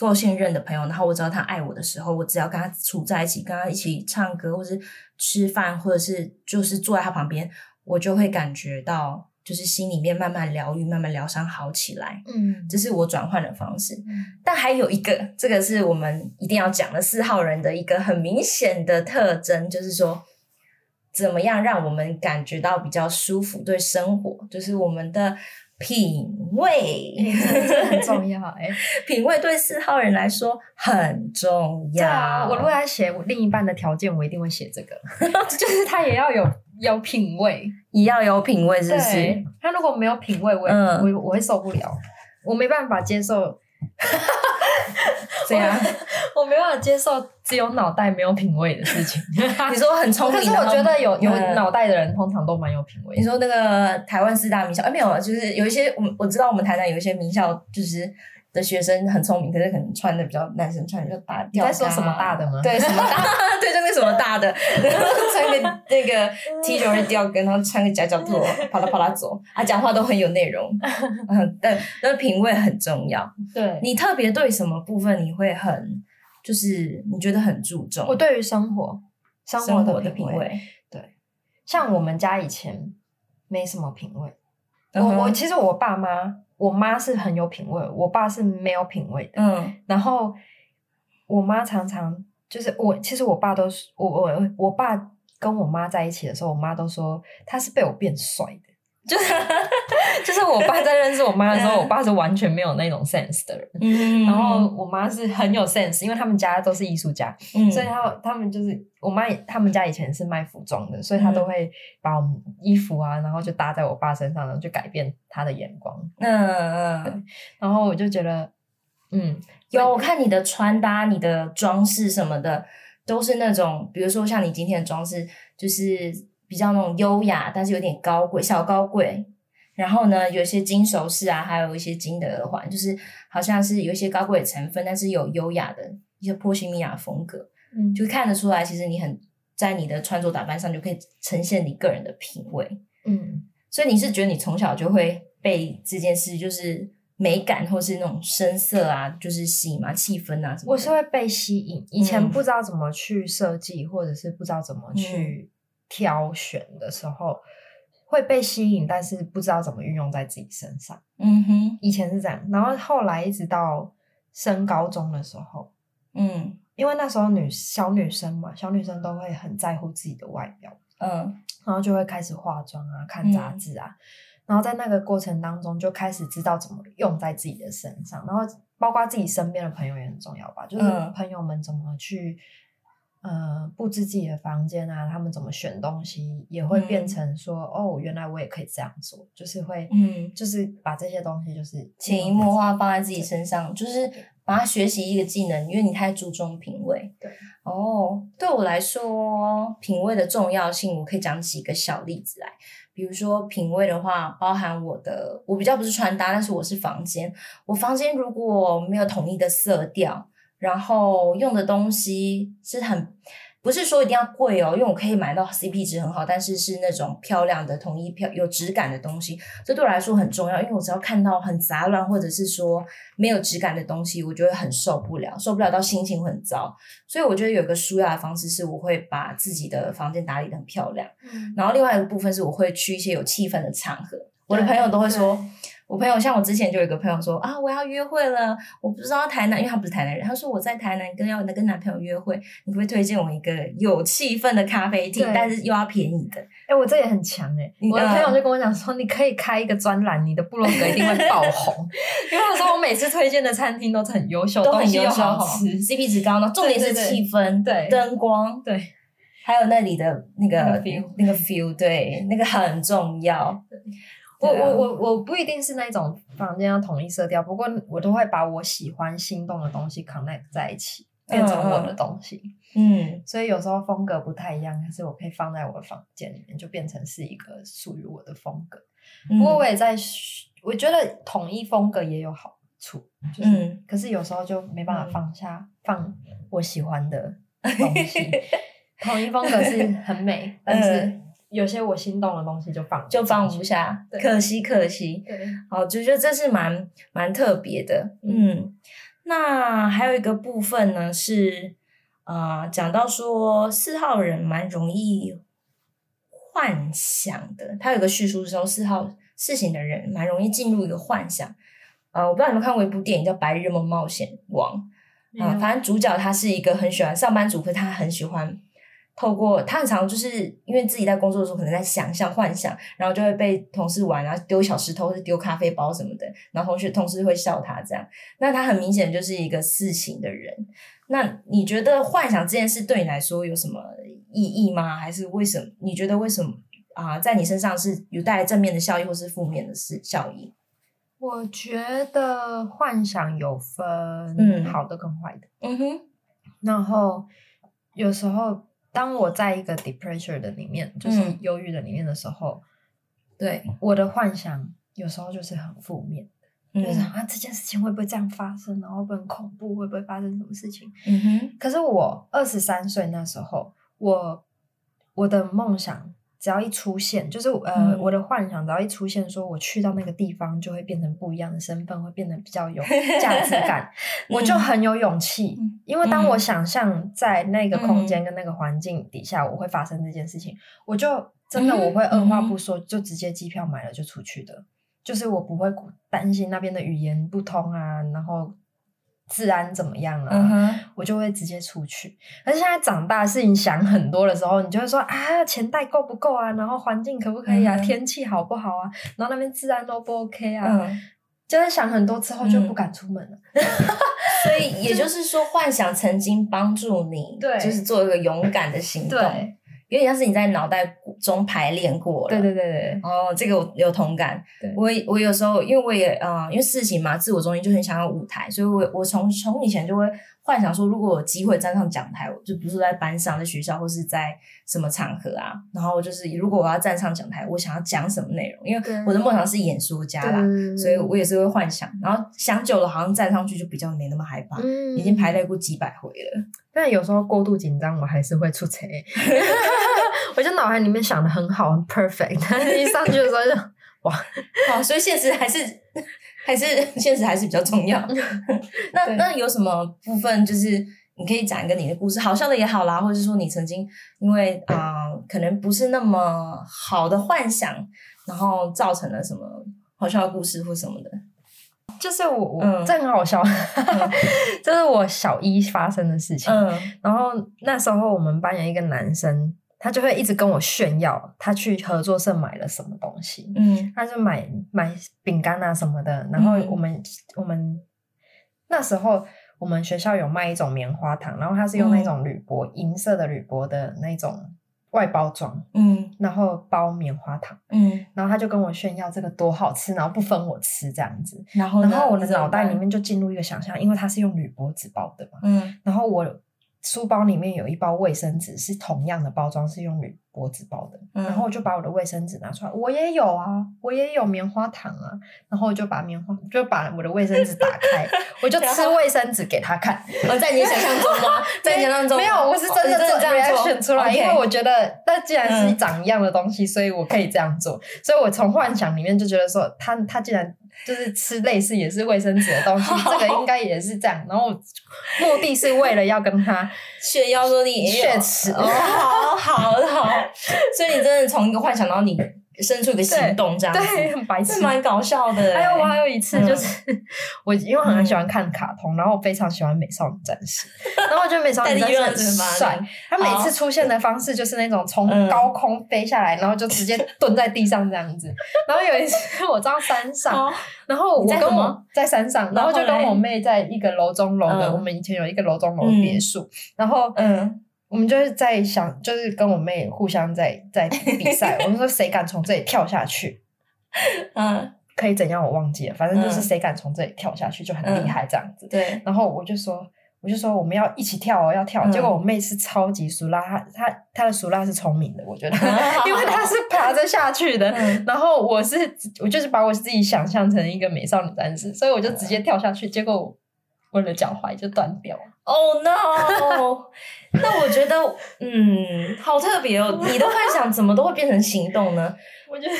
[SPEAKER 1] 够信任的朋友，然后我知道他爱我的时候，我只要跟他处在一起，跟他一起唱歌，或是吃饭，或者是就是坐在他旁边，我就会感觉到，就是心里面慢慢疗愈、慢慢疗伤好起来。
[SPEAKER 2] 嗯
[SPEAKER 1] 这是我转换的方式。
[SPEAKER 2] 嗯
[SPEAKER 1] 但还有一个，这个是我们一定要讲的四号人的一个很明显的特征，就是说，怎么样让我们感觉到比较舒服，对生活，就是我们的品味，
[SPEAKER 2] 欸这这很重要 哎、
[SPEAKER 1] 品味对四号人来说很重要。
[SPEAKER 2] 对啊，我如果要写我另一半的条件，我一定会写这 个，就是他也要有有品味，
[SPEAKER 1] 也要有品味，是不是
[SPEAKER 2] 对？，他如果没有品味，我也、
[SPEAKER 1] 嗯
[SPEAKER 2] 我我会受不了，我没办法接受，
[SPEAKER 1] 这样，
[SPEAKER 2] 我没办法接受只有脑袋没有品味的事情。
[SPEAKER 1] 你说很聪明，
[SPEAKER 2] 啊可是我觉
[SPEAKER 1] 然后
[SPEAKER 2] 得有有
[SPEAKER 1] 嗯
[SPEAKER 2] 脑袋的人通常都蛮有品味
[SPEAKER 1] 你
[SPEAKER 2] 的，
[SPEAKER 1] 说那个台湾四大名校，哎，没有啊，就是有一些我们我知道我们台南有一些名校，就是的学生很聪明，可是可能穿的比较男生穿的比较大。啊
[SPEAKER 2] 你在说什么大的吗
[SPEAKER 1] 对，什么大？ 对，就那个什么大的， 然后穿个那个 T 恤是吊跟，然后穿个夹脚 拖，啪啦啪啦走，啊，讲话都很有内容。嗯，但但品味很重要。
[SPEAKER 2] 对
[SPEAKER 1] 你特别对什么部分你会很，就是你觉得很注重？
[SPEAKER 2] 我对于生活生
[SPEAKER 1] 生
[SPEAKER 2] 活
[SPEAKER 1] 活
[SPEAKER 2] 的
[SPEAKER 1] 的
[SPEAKER 2] 品
[SPEAKER 1] 品
[SPEAKER 2] 味，
[SPEAKER 1] 味，
[SPEAKER 2] 像我们家以前没什么品味。
[SPEAKER 1] 嗯哼
[SPEAKER 2] 我我其实我爸妈，我妈是很有品味，我爸是没有品味的。
[SPEAKER 1] 嗯
[SPEAKER 2] 然后我妈常常就是我，其实我爸都是我我我爸跟我妈在一起的时候，我妈都说他是被我变帅的。就是 就是我爸在认识我妈的时候，
[SPEAKER 1] 嗯
[SPEAKER 2] 我爸是完全没有那种 sense 的人，
[SPEAKER 1] 嗯
[SPEAKER 2] 然后我妈是很有 sense，因为他们家都是艺术家，
[SPEAKER 1] 嗯
[SPEAKER 2] 所以他他们就是我妈也，他们家以前是卖服装的，所以她
[SPEAKER 1] 嗯
[SPEAKER 2] 都会把我们衣服啊，然后就搭在我爸身上，然后就改变他的眼光。
[SPEAKER 1] 嗯嗯
[SPEAKER 2] 然后我就觉得，嗯，
[SPEAKER 1] 有我看你的穿搭、你的装饰什么的，都是那种，比如说像你今天的装饰，就是比较那种优雅，但是有点高贵，小高贵。然后呢，有一些金首饰啊，还有一些金的耳环，就是好像是有一些高贵的成分，但是有优雅的一些波西米亚风格。
[SPEAKER 2] 嗯
[SPEAKER 1] 就看得出来，其实你很在你的穿着打扮上就可以呈现你个人的品味。
[SPEAKER 2] 嗯，
[SPEAKER 1] 所以你是觉得你从小就会被这件事，就是美感或是那种深色啊，就是洗嘛、气氛啊什么的。
[SPEAKER 2] 我是会被吸引，以前
[SPEAKER 1] 嗯
[SPEAKER 2] 不知道怎么去设计，或者是不知道怎么去挑选的时候。会被吸引，但是不知道怎么运用在自己身上。
[SPEAKER 1] 嗯哼，
[SPEAKER 2] 以前是这样，然后后来一直到升高中的时候，
[SPEAKER 1] 嗯
[SPEAKER 2] 因为那时候女小女生嘛，小女生都会很在乎自己的外表，
[SPEAKER 1] 嗯
[SPEAKER 2] 然后就会开始化妆啊，看杂志啊，然后在那个过程当中就开始知道怎么用在自己的身上，然后包括自己身边的朋友也很重要吧，就是
[SPEAKER 1] 嗯
[SPEAKER 2] 朋友们怎么去。呃，布置自己的房间啊，他们怎么选东西，也会变
[SPEAKER 1] 嗯
[SPEAKER 2] 成说、哦，原来我也可以这样做，就是会，
[SPEAKER 1] 嗯
[SPEAKER 2] 就是把这些东西就是
[SPEAKER 1] 潜移
[SPEAKER 2] 嗯
[SPEAKER 1] 默化放在自己身上，就是把它学习一个技能，因为你太注重品味。
[SPEAKER 2] 对，
[SPEAKER 1] 哦，对我来说，品味的重要性，我可以讲几个小例子来。比如说品味的话，包含我的，我比较不是穿搭，但是我是房间。我房间如果没有统一的色调，然后用的东西是很，不是说一定要贵哦，因为我可以买到 CP 值很好，但是是那种漂亮的、统一漂有质感的东西，这对我来说很重要。因为我只要看到很杂乱或者是说没有质感的东西，我就会很受不了，受不了到心情会很糟。所以我觉得有一个舒压的方式是，我会把自己的房间打理的很漂亮。然后另外一个部分是我会去一些有气氛的场合，我的朋友都会说，我朋友像我之前就有一个朋友说啊，我要约会了，我不知道台南，因为他不是台南人，他说我在台南跟要跟男朋友约会，你可不可以推荐我一个有气氛的咖啡厅，
[SPEAKER 2] 对
[SPEAKER 1] 但是又要便宜的？
[SPEAKER 2] 哎、我这也很强哎、
[SPEAKER 1] 你
[SPEAKER 2] 我的
[SPEAKER 1] 嗯
[SPEAKER 2] 朋友就跟我讲说，你可以开一个专栏，你的部落格一定会爆红。 因为他说我每次推荐的餐厅都是很优秀，
[SPEAKER 1] 都很
[SPEAKER 2] 东西
[SPEAKER 1] 优
[SPEAKER 2] 又
[SPEAKER 1] 秀
[SPEAKER 2] 好 吃。
[SPEAKER 1] ，CP 值高呢。重点是
[SPEAKER 2] 对对对
[SPEAKER 1] 气氛、
[SPEAKER 2] 对
[SPEAKER 1] 灯光，
[SPEAKER 2] 对，
[SPEAKER 1] 还有那里的那
[SPEAKER 2] 那
[SPEAKER 1] 个
[SPEAKER 2] 个 feel
[SPEAKER 1] 那个 feel，对，那个很重要。
[SPEAKER 2] 我
[SPEAKER 1] 对啊
[SPEAKER 2] 我我我不一定是那种房间要统一色调，不过我都会把我喜欢、心动的东西 connect 在一起，变成我的东西。
[SPEAKER 1] 嗯，
[SPEAKER 2] 所以有时候风格不太一样，但是我可以放在我的房间里面，就变成是一个属于我的风格。
[SPEAKER 1] 嗯
[SPEAKER 2] 不过我也在学，我觉得统一风格也有好处，就是、
[SPEAKER 1] 嗯
[SPEAKER 2] 可是有时候就没办法
[SPEAKER 1] 嗯
[SPEAKER 2] 放下、放我喜欢 的东西。统一风格是很美，但是嗯有些我心动的东西就放
[SPEAKER 1] 就放
[SPEAKER 2] 进
[SPEAKER 1] 不
[SPEAKER 2] 去。
[SPEAKER 1] 下，
[SPEAKER 2] 对
[SPEAKER 1] 可惜可惜。
[SPEAKER 2] 对，
[SPEAKER 1] 好，就觉得这是蛮蛮特别的，嗯。那还有一个部分呢是，呃，讲到说四号人蛮容易幻想的，他有个叙述说四号事情的人蛮容易进入一个幻想。呃，我不知道你们看过一部电影叫《白日梦冒险王》，啊、反正主角他是一个很喜欢上班族，可是他很喜欢透过他很常就是因为自己在工作的时候，可能在想象、幻想，然后就会被同事玩，然后丢小石头或者丢咖啡包什么的，然后同学同事会笑他这样。那他很明显就是一个事情的人。那你觉得幻想这件事对你来说有什么意义吗？还是为什么？你觉得为什么啊、在你身上是有带来正面的效益，或是负面的事效益？
[SPEAKER 2] 我觉得幻想有分
[SPEAKER 1] 嗯
[SPEAKER 2] 好的跟坏的，
[SPEAKER 1] 嗯哼，
[SPEAKER 2] 然后有时候当我在一个 depression 的里面，就是
[SPEAKER 1] 嗯
[SPEAKER 2] 忧郁的里面的时候，
[SPEAKER 1] 对，
[SPEAKER 2] 我的幻想有时候就是很负面，
[SPEAKER 1] 嗯
[SPEAKER 2] 就是想啊这件事情会不会这样发生，然后会不会很恐怖，会不会发生什么事情？
[SPEAKER 1] 嗯哼，
[SPEAKER 2] 可是我二十三岁那时候，我我的梦想只要一出现，就是呃、
[SPEAKER 1] 嗯
[SPEAKER 2] 我的幻想只要一出现，说我去到那个地方就会变成不一样的身份，会变得比较有价值 感，我就
[SPEAKER 1] 嗯
[SPEAKER 2] 很有勇气。
[SPEAKER 1] 嗯
[SPEAKER 2] 因为当我
[SPEAKER 1] 嗯
[SPEAKER 2] 想象在那个空间跟那个环境底下我会发生这件事情，我就真的
[SPEAKER 1] 嗯哼
[SPEAKER 2] 我会二话
[SPEAKER 1] 嗯哼
[SPEAKER 2] 不说就直接机票买了就出去的。就是我不会担心那边的语言不通啊，然后治安怎么样啊，
[SPEAKER 1] 嗯哼。
[SPEAKER 2] 我就会直接出去。而现在长大，事情想很多的时候，你就会说啊，钱袋够不够啊？然后环境可不可以啊？
[SPEAKER 1] 嗯哼
[SPEAKER 2] 天气好不好啊？然后那边治安 O 不 OK 啊？
[SPEAKER 1] 嗯，
[SPEAKER 2] 就是想很多之后就
[SPEAKER 1] 嗯
[SPEAKER 2] 不敢出门了。
[SPEAKER 1] 所以也就是说，幻想曾经帮助你，
[SPEAKER 2] 对
[SPEAKER 1] 就是做一个勇敢的行动，有点像是你在脑袋中排练过了。
[SPEAKER 2] 对对对对
[SPEAKER 1] 哦，这个我有同感
[SPEAKER 2] 对。
[SPEAKER 1] 我也我有时候因为我也呃，因为事情嘛，自我中心就很想要舞台，所以我我从从以前就会幻想说，如果有机会站上讲台，我就比如说在班上、在学校或是在什么场合啊，然后就是如果我要站上讲台，我想要讲什么内容？因
[SPEAKER 2] 对
[SPEAKER 1] 为我的梦想是演说家啦，
[SPEAKER 2] 对，
[SPEAKER 1] 所以我也是会幻想，然后想久了，好像站上去就比较没那么害怕。
[SPEAKER 2] 嗯
[SPEAKER 1] 已经排。练过几百回 了，
[SPEAKER 2] 但有时候过度紧张，我还是会出 错。 我就脑海里面想的很好，很 perfect，但 是一上去的时候就
[SPEAKER 1] 哦，所以现实还是还是现实还是比较重要。 那
[SPEAKER 2] 对
[SPEAKER 1] 那有什么部分就是你可以讲一个你的故事，好笑的也好啦，或者是说你曾经因为啊、呃可能不是那么好的幻想，然后造成了什么好笑的故事或什么的。
[SPEAKER 2] 就是我我、
[SPEAKER 1] 嗯
[SPEAKER 2] 这很好笑， 这是我小一发生的事情。
[SPEAKER 1] 嗯
[SPEAKER 2] 然后那时候我们班有一个男生，他就会一直跟我炫耀他去合作社买了什么东西，
[SPEAKER 1] 嗯
[SPEAKER 2] 他就买买饼干啊什么的。然后
[SPEAKER 1] 嗯
[SPEAKER 2] 我们、我们那时候我们学校有卖一种棉花糖，然后它是用那
[SPEAKER 1] 嗯
[SPEAKER 2] 种铝箔、银色的铝箔的那种外包装，
[SPEAKER 1] 嗯
[SPEAKER 2] 然后包棉花糖，
[SPEAKER 1] 嗯，
[SPEAKER 2] 然后他就跟我炫耀这个多好吃，然后不分我吃这样子。
[SPEAKER 1] 然后
[SPEAKER 2] 然
[SPEAKER 1] 呢
[SPEAKER 2] 后我的
[SPEAKER 1] 哦你怎么
[SPEAKER 2] 脑袋里
[SPEAKER 1] 办
[SPEAKER 2] 面就进入一个想象，因为它是用铝箔纸包的嘛。
[SPEAKER 1] 嗯
[SPEAKER 2] 然后我书包里面有一包卫生纸，是同样的包装，是用铝箔纸包的。
[SPEAKER 1] 嗯，
[SPEAKER 2] 然后我就把我的卫生纸拿出来，我也有啊，我也有棉花糖啊。然后我就把棉花，就把我的卫生纸打 开，我就
[SPEAKER 1] 然
[SPEAKER 2] 吃卫生纸给他看。
[SPEAKER 1] 哦，在你的想象中 吗？在你想象中
[SPEAKER 2] 没有，我是
[SPEAKER 1] 哦
[SPEAKER 2] 真的
[SPEAKER 1] 你
[SPEAKER 2] 做
[SPEAKER 1] 这样做
[SPEAKER 2] reaction 出来，因为
[SPEAKER 1] OK
[SPEAKER 2] 我觉得那既然是
[SPEAKER 1] 嗯
[SPEAKER 2] 长一样的东西，所以我可以这样做。所以我从幻想里面就觉得说，他他既然就是吃类似也是卫生纸的东西，这个 应该也是这样。然后我目的是为了要跟他
[SPEAKER 1] 炫耀说你也有
[SPEAKER 2] 血池
[SPEAKER 1] 哦，好好好，所以你真的从一个幻想到你生出一个行动这样
[SPEAKER 2] 对
[SPEAKER 1] 子，
[SPEAKER 2] 很白痴
[SPEAKER 1] 这。蛮搞笑的欸。嗯
[SPEAKER 2] 还有我还有一次就是，我因为我很喜欢看卡通，然后我非常喜欢美少女战士，然后我觉得美少女
[SPEAKER 1] 戴丽
[SPEAKER 2] 战
[SPEAKER 1] 润
[SPEAKER 2] 士
[SPEAKER 1] 是吗
[SPEAKER 2] 很帅，他每次出现的方式就是那种从
[SPEAKER 1] 哦嗯
[SPEAKER 2] 高空飞下来，然后就直接蹲在地上这样子。然后有一次我到山上，
[SPEAKER 1] 好，
[SPEAKER 2] 然后我
[SPEAKER 1] 哦你在
[SPEAKER 2] 跟
[SPEAKER 1] 什么
[SPEAKER 2] 我在山上，然
[SPEAKER 1] 然
[SPEAKER 2] 后
[SPEAKER 1] 后
[SPEAKER 2] 就跟
[SPEAKER 1] 嘞
[SPEAKER 2] 我妹在一个楼中楼的，
[SPEAKER 1] 嗯
[SPEAKER 2] 我们以前有一个楼中楼的别墅，然后
[SPEAKER 1] 嗯，
[SPEAKER 2] 我们就是在想，就是跟我妹互相在在比赛，我们说谁敢从这里跳下去，
[SPEAKER 1] 嗯，
[SPEAKER 2] 可以怎样我忘记了，反正就是
[SPEAKER 1] 嗯
[SPEAKER 2] 谁敢从这里跳下去就很厉害这样子。
[SPEAKER 1] 对，
[SPEAKER 2] 然后我就说，我就说我们要一起跳哦，要跳。
[SPEAKER 1] 嗯
[SPEAKER 2] 结果我妹是超级熟辣，她她她的熟辣是聪明的，我觉 得，因为她是爬着下去的。
[SPEAKER 1] 嗯
[SPEAKER 2] 然后我是我就是把我自己想象成一个美少女战士，所以我就直
[SPEAKER 1] 嗯
[SPEAKER 2] 接跳下去，结果我的脚踝就断掉 了。
[SPEAKER 1] ，Oh no！那我觉得，嗯，好特别哦，你的幻想怎么都会变成行动呢？
[SPEAKER 2] 我觉得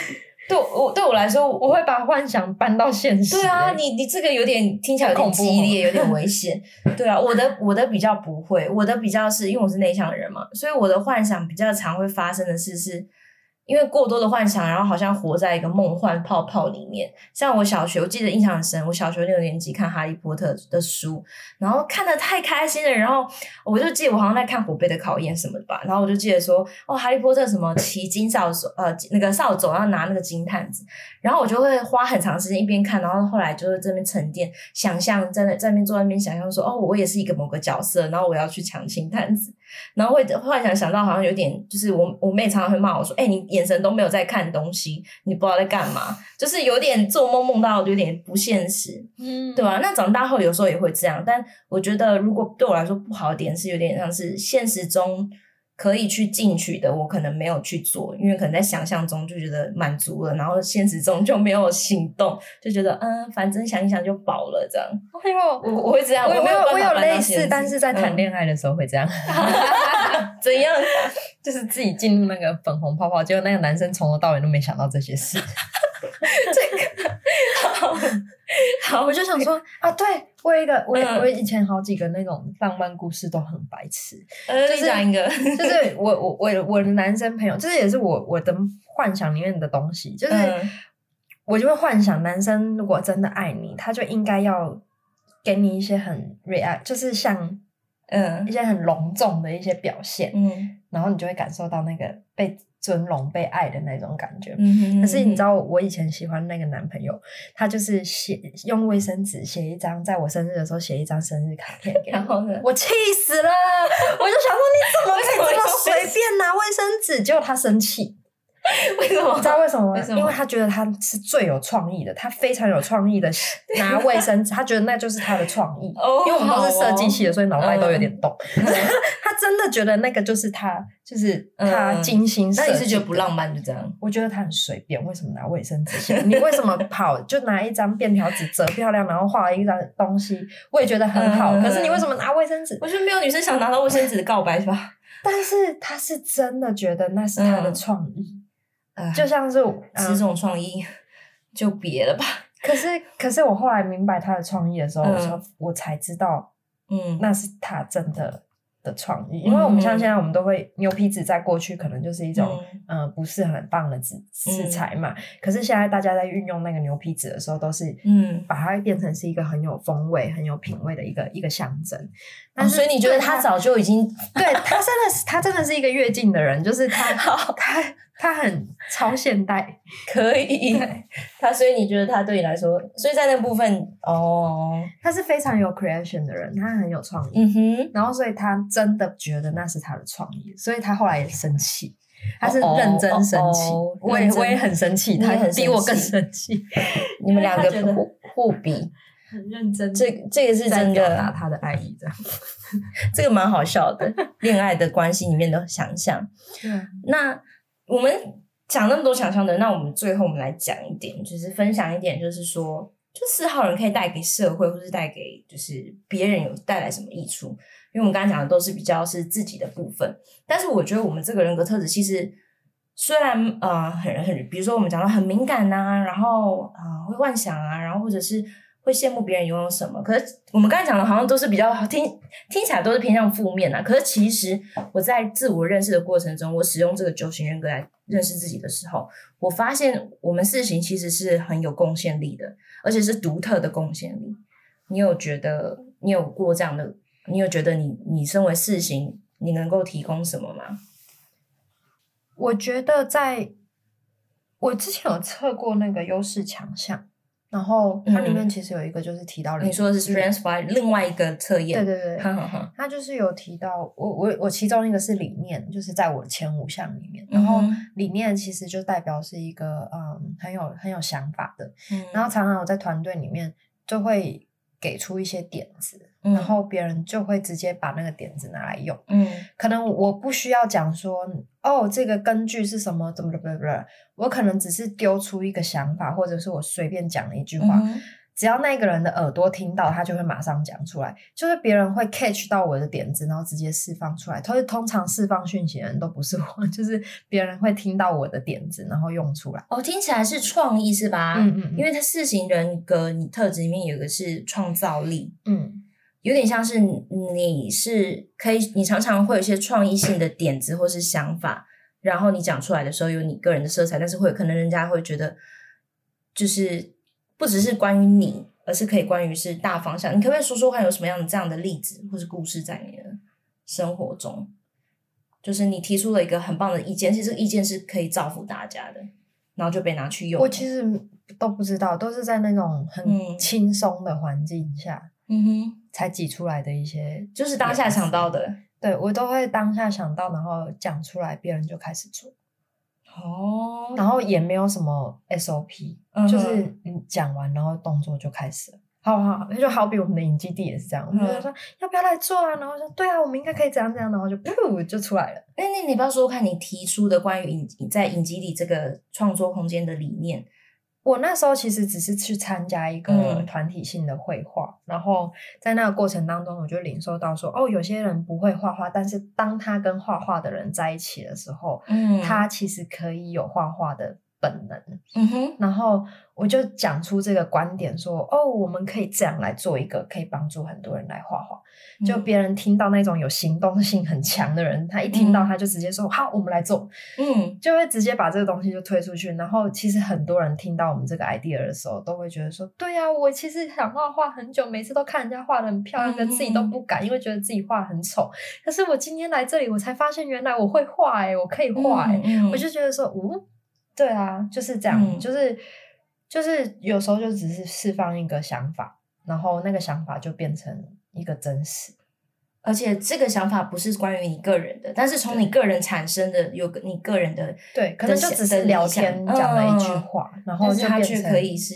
[SPEAKER 1] 对我对我来说，我
[SPEAKER 2] 我会把幻想搬到现实欸。
[SPEAKER 1] 对啊，你你这个有点听起来有点
[SPEAKER 2] 很恐怖
[SPEAKER 1] 激烈，有点危险。 对啊，我的我的比较不会，我的比较是因为我是内向人嘛，所以我的幻想比较常会发生的事是。因为过多的幻想，然后好像活在一个梦幻泡泡里面。像我小学，我记得印象很深，我小学六年级看《哈利波特》的书，然后看的太开心了，然后我就记得我好像在看《虎背的考验》什么的吧，然后我就记得说，哦，《哈利波特》什么骑金扫帚，呃，那个扫帚要拿那个金探子，然后我就会花很长时间一边看，然后后来就是这边沉淀，想象在那在那边坐在那边想象说，哦，我也是一个某个角色，然后我要去抢亲探子，然后会幻想想到好像有点，就是我我妹常常会骂我说，哎、你眼神都没有在看东西，你不知道在干嘛，就是有点做梦梦到有点不现实，
[SPEAKER 2] 嗯
[SPEAKER 1] 对啊，那长大后有时候也会这样，但我觉得如果对我来说不好的点是有点像是现实中可以去进取的，我可能没有去做，因为可能在想象中就觉得满足了，然后现实中就没有行动，就觉得嗯，反正想一想就饱了这样。
[SPEAKER 2] 哎呦，
[SPEAKER 1] 我我会这样，
[SPEAKER 2] 我有
[SPEAKER 1] 没有
[SPEAKER 2] 我有
[SPEAKER 1] 办法搬
[SPEAKER 2] 类
[SPEAKER 1] 到现
[SPEAKER 2] 似
[SPEAKER 1] 实，
[SPEAKER 2] 但是在谈恋爱的时候会这样。
[SPEAKER 1] 嗯怎 样？
[SPEAKER 2] 就是自己进入那个粉红泡泡，结果那个男生从头到尾都没想到这些事。
[SPEAKER 1] 好，
[SPEAKER 2] 我就想说 啊，对我有一个，我
[SPEAKER 1] 嗯
[SPEAKER 2] 我以前好几个那种浪漫故事都很白痴，
[SPEAKER 1] 呃，
[SPEAKER 2] 就
[SPEAKER 1] 就是讲一个，
[SPEAKER 2] 就是我我我我的男生朋友，就是也是我我的幻想里面的东西，就是
[SPEAKER 1] 嗯
[SPEAKER 2] 我就会幻想男生如果真的爱你，他就应该要给你一些很 react，就是像
[SPEAKER 1] 嗯
[SPEAKER 2] 一些很隆重的一些表现，
[SPEAKER 1] 嗯
[SPEAKER 2] 然后你就会感受到那个被尊荣、被爱的那种感觉。
[SPEAKER 1] 嗯，
[SPEAKER 2] 可是你知道，我以前喜欢那个男朋友，他就是写用卫生纸写一张，在我生日的时候写一张生日卡片给
[SPEAKER 1] 然
[SPEAKER 2] 我，
[SPEAKER 1] 后呢？
[SPEAKER 2] 我气死了！我就想说，你怎么可以这么随便拿卫生纸？结果他生气，
[SPEAKER 1] 为什么
[SPEAKER 2] 你知？道为什么吗？
[SPEAKER 1] 为什么
[SPEAKER 2] 因为他觉得他是最有创意的，他非常有创意的拿卫生纸，他觉得那就是他的创意。
[SPEAKER 1] 啊哦
[SPEAKER 2] 因为我们都是设计系的，所以脑袋都有点动。
[SPEAKER 1] 好哦
[SPEAKER 2] 他真的觉得那个就是他，就是他
[SPEAKER 1] 嗯
[SPEAKER 2] 精心设
[SPEAKER 1] 那
[SPEAKER 2] 计的。
[SPEAKER 1] 你是觉得不浪漫就这样？
[SPEAKER 2] 我觉得他很随便，为什么拿卫生 纸写？你为什么跑就拿一张便条纸折漂亮，然后画了一张东西？我也觉得很好，
[SPEAKER 1] 嗯
[SPEAKER 2] 可是你为什么拿卫生纸？
[SPEAKER 1] 我觉得没有女生想拿到卫生纸的告白是吧？
[SPEAKER 2] 但是他是真的觉得那是他
[SPEAKER 1] 嗯
[SPEAKER 2] 的创意，
[SPEAKER 1] 呃
[SPEAKER 2] 就像是
[SPEAKER 1] 是
[SPEAKER 2] 嗯
[SPEAKER 1] 这种创意，就别了吧。
[SPEAKER 2] 可是可是我后来明白他的创意的时候，
[SPEAKER 1] 嗯
[SPEAKER 2] 我说我才知道
[SPEAKER 1] 嗯，
[SPEAKER 2] 那是他真的的创意，因为我们像
[SPEAKER 1] 嗯
[SPEAKER 2] 现在我们都会牛皮纸，在过去可能就是一种
[SPEAKER 1] 嗯
[SPEAKER 2] 呃不是很棒的纸纸材嘛，可是现在大家在运用那个牛皮纸的时候，都是
[SPEAKER 1] 嗯
[SPEAKER 2] 把它变成是一个很有风味、很有品味的一个一个象征。但
[SPEAKER 1] 哦
[SPEAKER 2] 是、
[SPEAKER 1] 所以你觉得他早就已经
[SPEAKER 2] 对他真的是他真的是一个跃进的人，就是他他它很超现代，
[SPEAKER 1] 可以， 他所以你觉得他对你来说，所以在那部分哦，
[SPEAKER 2] 他是非常有 creation 的人，他很有创意，
[SPEAKER 1] 嗯哼，
[SPEAKER 2] 然后所以他真的觉得那是他的创意，所以他后来也生气，他是
[SPEAKER 1] 哦哦
[SPEAKER 2] 认真生气，
[SPEAKER 1] 哦哦
[SPEAKER 2] 我也
[SPEAKER 1] 认真
[SPEAKER 2] 我也很生气，
[SPEAKER 1] 你也
[SPEAKER 2] 他
[SPEAKER 1] 很
[SPEAKER 2] 比
[SPEAKER 1] 生
[SPEAKER 2] 我更
[SPEAKER 1] 气
[SPEAKER 2] 生气，
[SPEAKER 1] 你们两个
[SPEAKER 2] 他觉得
[SPEAKER 1] 互互比，
[SPEAKER 2] 很认真
[SPEAKER 1] 这这个是真
[SPEAKER 2] 表达
[SPEAKER 1] 的，
[SPEAKER 2] 他的爱意这样。
[SPEAKER 1] 这个蛮好笑的，恋爱的关系里面的想象。啊那我们讲那么多想象的，那我们最后我们来讲一点，就是分享一点，就是说，就四号人可以带给社会，或是带给就是别人有带来什么益处。因为我们刚才讲的都是比较是自己的部分，但是我觉得我们这个人格特质其实虽然呃很很，比如说我们讲到很敏感呐、然后啊、呃会幻想啊，然后或者是会羡慕别人拥有什么，可是我们刚才讲的好像都是比较听听起来都是偏向负面啊，可是其实我在自我认识的过程中，我使用这个九型人格来认识自己的时候，我发现我们四型其实是很有贡献力的，而且是独特的贡献力。你有觉得你有过这样的？你有觉得你你身为四型，你能够提供什么吗？
[SPEAKER 2] 我觉得在，我之前有测过那个优势强项，然后它里面其实有一个就是提到了、
[SPEAKER 1] 嗯你说的是 strength find 另外一个测验，
[SPEAKER 2] 嗯对对对，
[SPEAKER 1] 哈哈哈。
[SPEAKER 2] 它就是有提到我我我其中一个是理念，就是在我前五项里面，然后
[SPEAKER 1] 嗯
[SPEAKER 2] 理念其实就代表是一个嗯很有很有想法的，
[SPEAKER 1] 嗯
[SPEAKER 2] 然后常常我在团队里面就会给出一些点子，
[SPEAKER 1] 嗯
[SPEAKER 2] 然后别人就会直接把那个点子拿来用。
[SPEAKER 1] 嗯
[SPEAKER 2] 可能我不需要讲说哦，这个根据是什么，怎么怎么怎么，我可能只是丢出一个想法，或者是我随便讲了一句话，
[SPEAKER 1] 嗯哼
[SPEAKER 2] 只要那个人的耳朵听到，他就会马上讲出来，就是别人会 catch 到我的点子，然后直接释放出来。所以通常释放讯息的人都不是我， 就是别人会听到我的点子，然后用出来。
[SPEAKER 1] 哦，听起来是创意是吧？
[SPEAKER 2] 嗯嗯嗯
[SPEAKER 1] 因为它四型人格你特质里面有一个是创造力，
[SPEAKER 2] 嗯，
[SPEAKER 1] 有点像是你是可以，你常常会有一些创意性的点子或是想法，然后你讲出来的时候有你个人的色彩，但是会可能人家会觉得，就是不只是关于你，而是可以关于是大方向。你可不可以说说看有什么样的这样的例子或是故事在你的生活中？就是你提出了一个很棒的意见，其实这个意见是可以造福大家的，然后就被拿去用了。
[SPEAKER 2] 我其实都不知道，都是在那种很
[SPEAKER 1] 嗯
[SPEAKER 2] 轻松的环境下
[SPEAKER 1] 嗯哼，
[SPEAKER 2] 才挤出来的一些
[SPEAKER 1] 就是当下想到的。
[SPEAKER 2] 对我都会当下想到，然后讲出来，别人就开始做，
[SPEAKER 1] 哦
[SPEAKER 2] 然后也没有什么 SOP，、
[SPEAKER 1] 嗯哼
[SPEAKER 2] 就是你讲完，然后动作就开始了。好好，就好比我们的影基地也是这样，我们就
[SPEAKER 1] 嗯
[SPEAKER 2] 说要不要来做啊？然后说对啊，我们应该可以怎样怎样，然后就噗就出来了。
[SPEAKER 1] 那那你不要说看你提出的关于影集在影集里这个创作空间的理念，
[SPEAKER 2] 我那时候其实只是去参加一个
[SPEAKER 1] 嗯
[SPEAKER 2] 团体性的绘画，然后在那个过程当中，我就领受到说，哦，有些人不会画画，但是当他跟画画的人在一起的时候，
[SPEAKER 1] 嗯
[SPEAKER 2] 他其实可以有画画的本能。
[SPEAKER 1] 嗯哼，
[SPEAKER 2] 然后我就讲出这个观点说，哦，我们可以这样来做一个可以帮助很多人来画画。
[SPEAKER 1] 嗯
[SPEAKER 2] 就别人听到那种有行动性很强的人，他一听到
[SPEAKER 1] 嗯
[SPEAKER 2] 他就直接说、好，我们来做，
[SPEAKER 1] 嗯
[SPEAKER 2] 就会直接把这个东西就推出去。然后其实很多人听到我们这个 idea 的时候，都会觉得说，对呀、我其实想画画很久，每次都看人家画的很漂亮，可
[SPEAKER 1] 嗯
[SPEAKER 2] 自己都不敢，因为觉得自己画很丑。可是我今天来这里，我才发现原来我会画、欸，我可以画、欸，
[SPEAKER 1] 嗯
[SPEAKER 2] 我就觉得说，嗯，对啊，就是这样，
[SPEAKER 1] 嗯
[SPEAKER 2] 就是就是有时候就只是释放一个想法，然后那个想法就变成一个真实。
[SPEAKER 1] 而且这个想法不是关于你个人的，但是从你个人产生的有个你个人的，
[SPEAKER 2] 对，可能就只是聊天
[SPEAKER 1] 的理想
[SPEAKER 2] 讲了一句
[SPEAKER 1] 嗯
[SPEAKER 2] 话，然后
[SPEAKER 1] 但
[SPEAKER 2] 就是
[SPEAKER 1] 它
[SPEAKER 2] 变
[SPEAKER 1] 却
[SPEAKER 2] 成
[SPEAKER 1] 可以是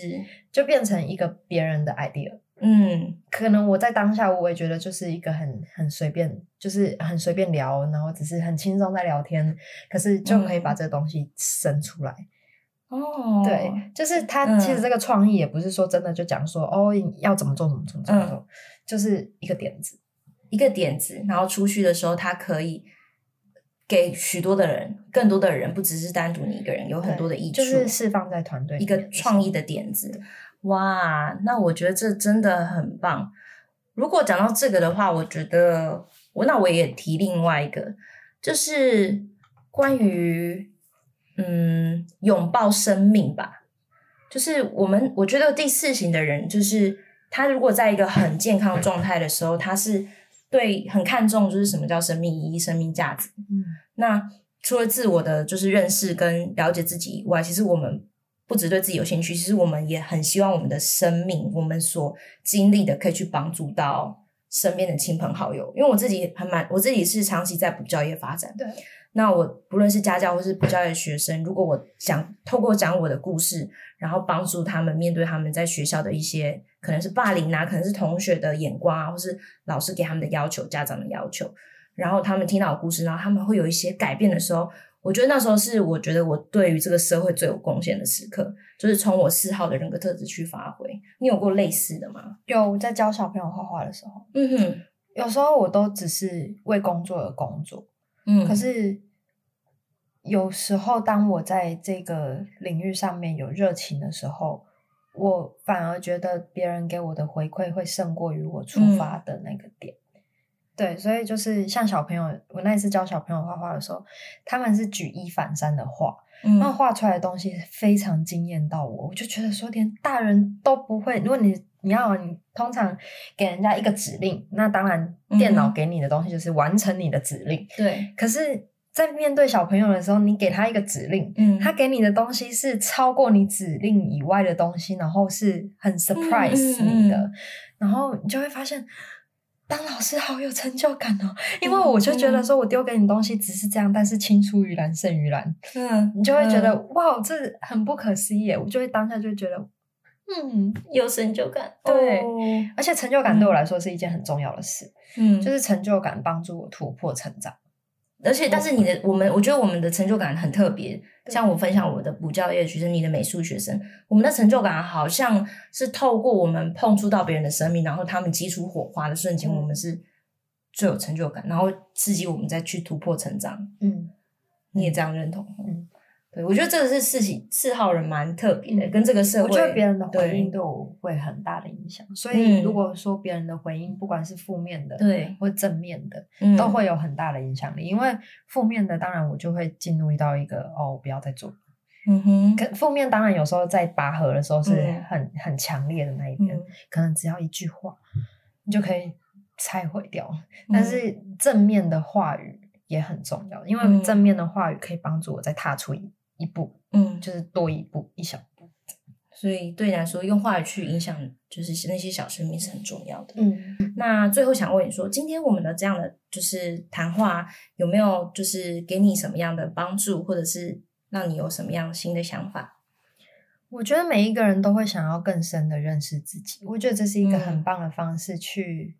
[SPEAKER 2] 就变成一个别人的 idea。
[SPEAKER 1] 嗯
[SPEAKER 2] 可能我在当下，我也觉得就是一个很很随便，就是很随便聊，然后只是很轻松在聊天，可是就可以
[SPEAKER 1] 嗯
[SPEAKER 2] 把这个东西生出来。
[SPEAKER 1] 哦
[SPEAKER 2] 对，就是他
[SPEAKER 1] 嗯
[SPEAKER 2] 其实这个创意也不是说真的就讲说、哦要怎么做怎么做怎么
[SPEAKER 1] 嗯
[SPEAKER 2] 做，就是一个点子。
[SPEAKER 1] 一个点子，然后出去的时候，它可以给许多的人，更多的人，不只是单独你一个人，有很多的益处，
[SPEAKER 2] 就是释放在团队里
[SPEAKER 1] 一
[SPEAKER 2] 面
[SPEAKER 1] 个创意的点子。哇，那我觉得这真的很棒。如果讲到这个的话，我觉得我那我也提另外一个，就是关于嗯拥抱生命吧。就是我们我觉得第四型的人，就是他如果在一个很健康的状态的时候，他是对很看重就是什么叫生命意义、生命价值。
[SPEAKER 2] 嗯
[SPEAKER 1] 那除了自我的就是认识跟了解自己以外，其实我们不只对自己有兴趣，其实我们也很希望我们的生命，我们所经历的可以去帮助到身边的亲朋好友。因为我自己还蛮，我自己是长期在补教业发展，
[SPEAKER 2] 对，
[SPEAKER 1] 那我不论是家教或是补教业学生，如果我想透过讲我的故事，然后帮助他们面对他们在学校的一些可能是霸凌啊，可能是同学的眼光啊，或是老师给他们的要求、家长的要求，然后他们听到我故事，然后他们会有一些改变的时候，我觉得那时候是我觉得我对于这个社会最有贡献的时刻，就是从我四号的人格特质去发挥。你有过类似的吗？
[SPEAKER 2] 有我在教小朋友画画的时候，
[SPEAKER 1] 嗯哼，
[SPEAKER 2] 有时候我都只是为工作而工作，
[SPEAKER 1] 嗯，
[SPEAKER 2] 可是有时候当我在这个领域上面有热情的时候，我反而觉得别人给我的回馈会胜过于我出
[SPEAKER 1] 嗯
[SPEAKER 2] 发的那个点。对，所以就是像小朋友，我那一次教小朋友画画的时候，他们是举一反三的画，
[SPEAKER 1] 嗯
[SPEAKER 2] 那画出来的东西非常惊艳到我，我就觉得说，连大人都不会。如果你你要你通常给人家一个指令，那当然电
[SPEAKER 1] 嗯
[SPEAKER 2] 脑
[SPEAKER 1] 哼
[SPEAKER 2] 给你的东西就是完成你的指令。
[SPEAKER 1] 对，
[SPEAKER 2] 可是，在面对小朋友的时候，你给他一个指令，
[SPEAKER 1] 嗯，
[SPEAKER 2] 他给你的东西是超过你指令以外的东西，然后是很 surprise
[SPEAKER 1] 嗯
[SPEAKER 2] 你的，
[SPEAKER 1] 嗯
[SPEAKER 2] 然后你就会发现。当老师好有成就感哦，因为我就觉
[SPEAKER 1] 嗯
[SPEAKER 2] 得说，我丢给你东西只是这样，但是青出于蓝胜于蓝，
[SPEAKER 1] 嗯，
[SPEAKER 2] 你就会觉得、
[SPEAKER 1] 嗯
[SPEAKER 2] 哇，这很不可思议耶！我就会当下就觉得，嗯，
[SPEAKER 1] 有成就感，
[SPEAKER 2] 对
[SPEAKER 1] 哦
[SPEAKER 2] 而且成就感对我来说是一件很重要的事，
[SPEAKER 1] 嗯，
[SPEAKER 2] 就是成就感帮助我突破成长。
[SPEAKER 1] 而且，但是你的我们，我觉得我们的成就感很特别。
[SPEAKER 2] 嗯对
[SPEAKER 1] 像我分享我的补教业学生，你的美术学生，我们的成就感好像是透过我们碰触到别人的生命，然后他们激出火花的瞬间，
[SPEAKER 2] 嗯
[SPEAKER 1] 我们是最有成就感，然后刺激我们再去突破成长。
[SPEAKER 2] 嗯，
[SPEAKER 1] 你也这样认同？
[SPEAKER 2] 嗯，
[SPEAKER 1] 对，我觉得这个是事情四号人蛮特别的，
[SPEAKER 2] 嗯
[SPEAKER 1] 跟这个社
[SPEAKER 2] 我
[SPEAKER 1] 会，
[SPEAKER 2] 觉得别人的回
[SPEAKER 1] 对
[SPEAKER 2] 应对我会很大的影响，所以
[SPEAKER 1] 嗯
[SPEAKER 2] 如果说别人的回应，不管是负面的，
[SPEAKER 1] 对，
[SPEAKER 2] 或正面的，
[SPEAKER 1] 嗯
[SPEAKER 2] 都会有很大的影响力。因为负面的，当然我就会进入到一个哦，我不要再做。
[SPEAKER 1] 嗯哼，
[SPEAKER 2] 可负面当然有时候在拔河的时候是
[SPEAKER 1] 嗯
[SPEAKER 2] 很、很强烈的那一边，
[SPEAKER 1] 嗯
[SPEAKER 2] 可能只要一句话，你就可以拆毁掉。但是正面的话语也很重要，因为
[SPEAKER 1] 嗯
[SPEAKER 2] 正面的话语可以帮助我再踏出一一步，
[SPEAKER 1] 嗯，
[SPEAKER 2] 就是多一步一小步。
[SPEAKER 1] 所以对你来说，用话语去影响就是那些小生命是很重要的。
[SPEAKER 2] 嗯，
[SPEAKER 1] 那最后想问你说，今天我们的这样的就是谈话，有没有就是给你什么样的帮助，或者是让你有什么样新的想法？
[SPEAKER 2] 我觉得每一个人都会想要更深的认识自己，我觉得这是一个很
[SPEAKER 1] 嗯
[SPEAKER 2] 棒的方式去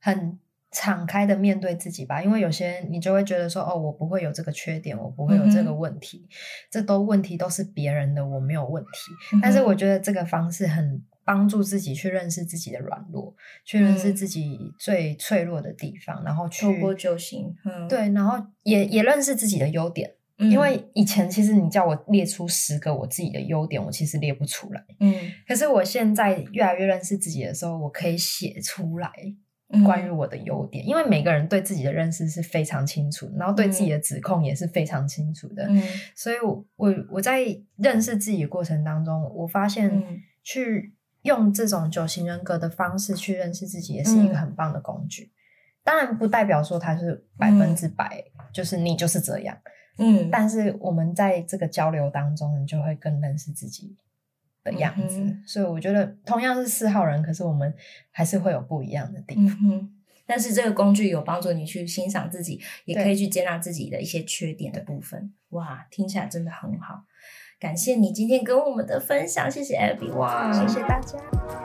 [SPEAKER 2] 很。敞开的面对自己吧，因为有些你就会觉得说，哦，我不会有这个缺点，我不会有这个
[SPEAKER 1] 嗯哼
[SPEAKER 2] 问题，这都问题都是别人的，我没有问题。
[SPEAKER 1] 嗯
[SPEAKER 2] 但是我觉得这个方式很帮助自己去认识自己的软弱，去认识
[SPEAKER 1] 嗯
[SPEAKER 2] 自己最脆弱的地方，然后去
[SPEAKER 1] 透过救星，嗯，
[SPEAKER 2] 对，然后也也认识自己的优点。
[SPEAKER 1] 嗯，
[SPEAKER 2] 因为以前其实你叫我列出十个我自己的优点，我其实列不出来。
[SPEAKER 1] 嗯，
[SPEAKER 2] 可是我现在越来越认识自己的时候，我可以写出来
[SPEAKER 1] 嗯
[SPEAKER 2] 关于我的优点，因为每个人对自己的认识是非常清楚，然后对自己
[SPEAKER 1] 嗯
[SPEAKER 2] 的指控也是非常清楚的。
[SPEAKER 1] 嗯
[SPEAKER 2] 所以我，我我在认识自己的过程当中，我发
[SPEAKER 1] 嗯
[SPEAKER 2] 现去用这种九型人格的方式去认识自己，也是一个
[SPEAKER 1] 嗯
[SPEAKER 2] 很棒的工具。当然，不代表说它是百分之百，就是你就是这样。
[SPEAKER 1] 嗯，
[SPEAKER 2] 但是我们在这个交流当中，你就会更认识自己的样子。
[SPEAKER 1] 嗯
[SPEAKER 2] 所以，我觉得同样是四号人，可是我们还是会有不一样的地
[SPEAKER 1] 嗯
[SPEAKER 2] 方。
[SPEAKER 1] 哼。但是这个工具有帮助你去欣赏自己，也
[SPEAKER 2] 对
[SPEAKER 1] 可以去接纳自己的一些缺点的部分。哇，听起来真的很好，感谢你今天跟我们的分享，谢谢 Abby，哇，
[SPEAKER 2] 谢谢大家。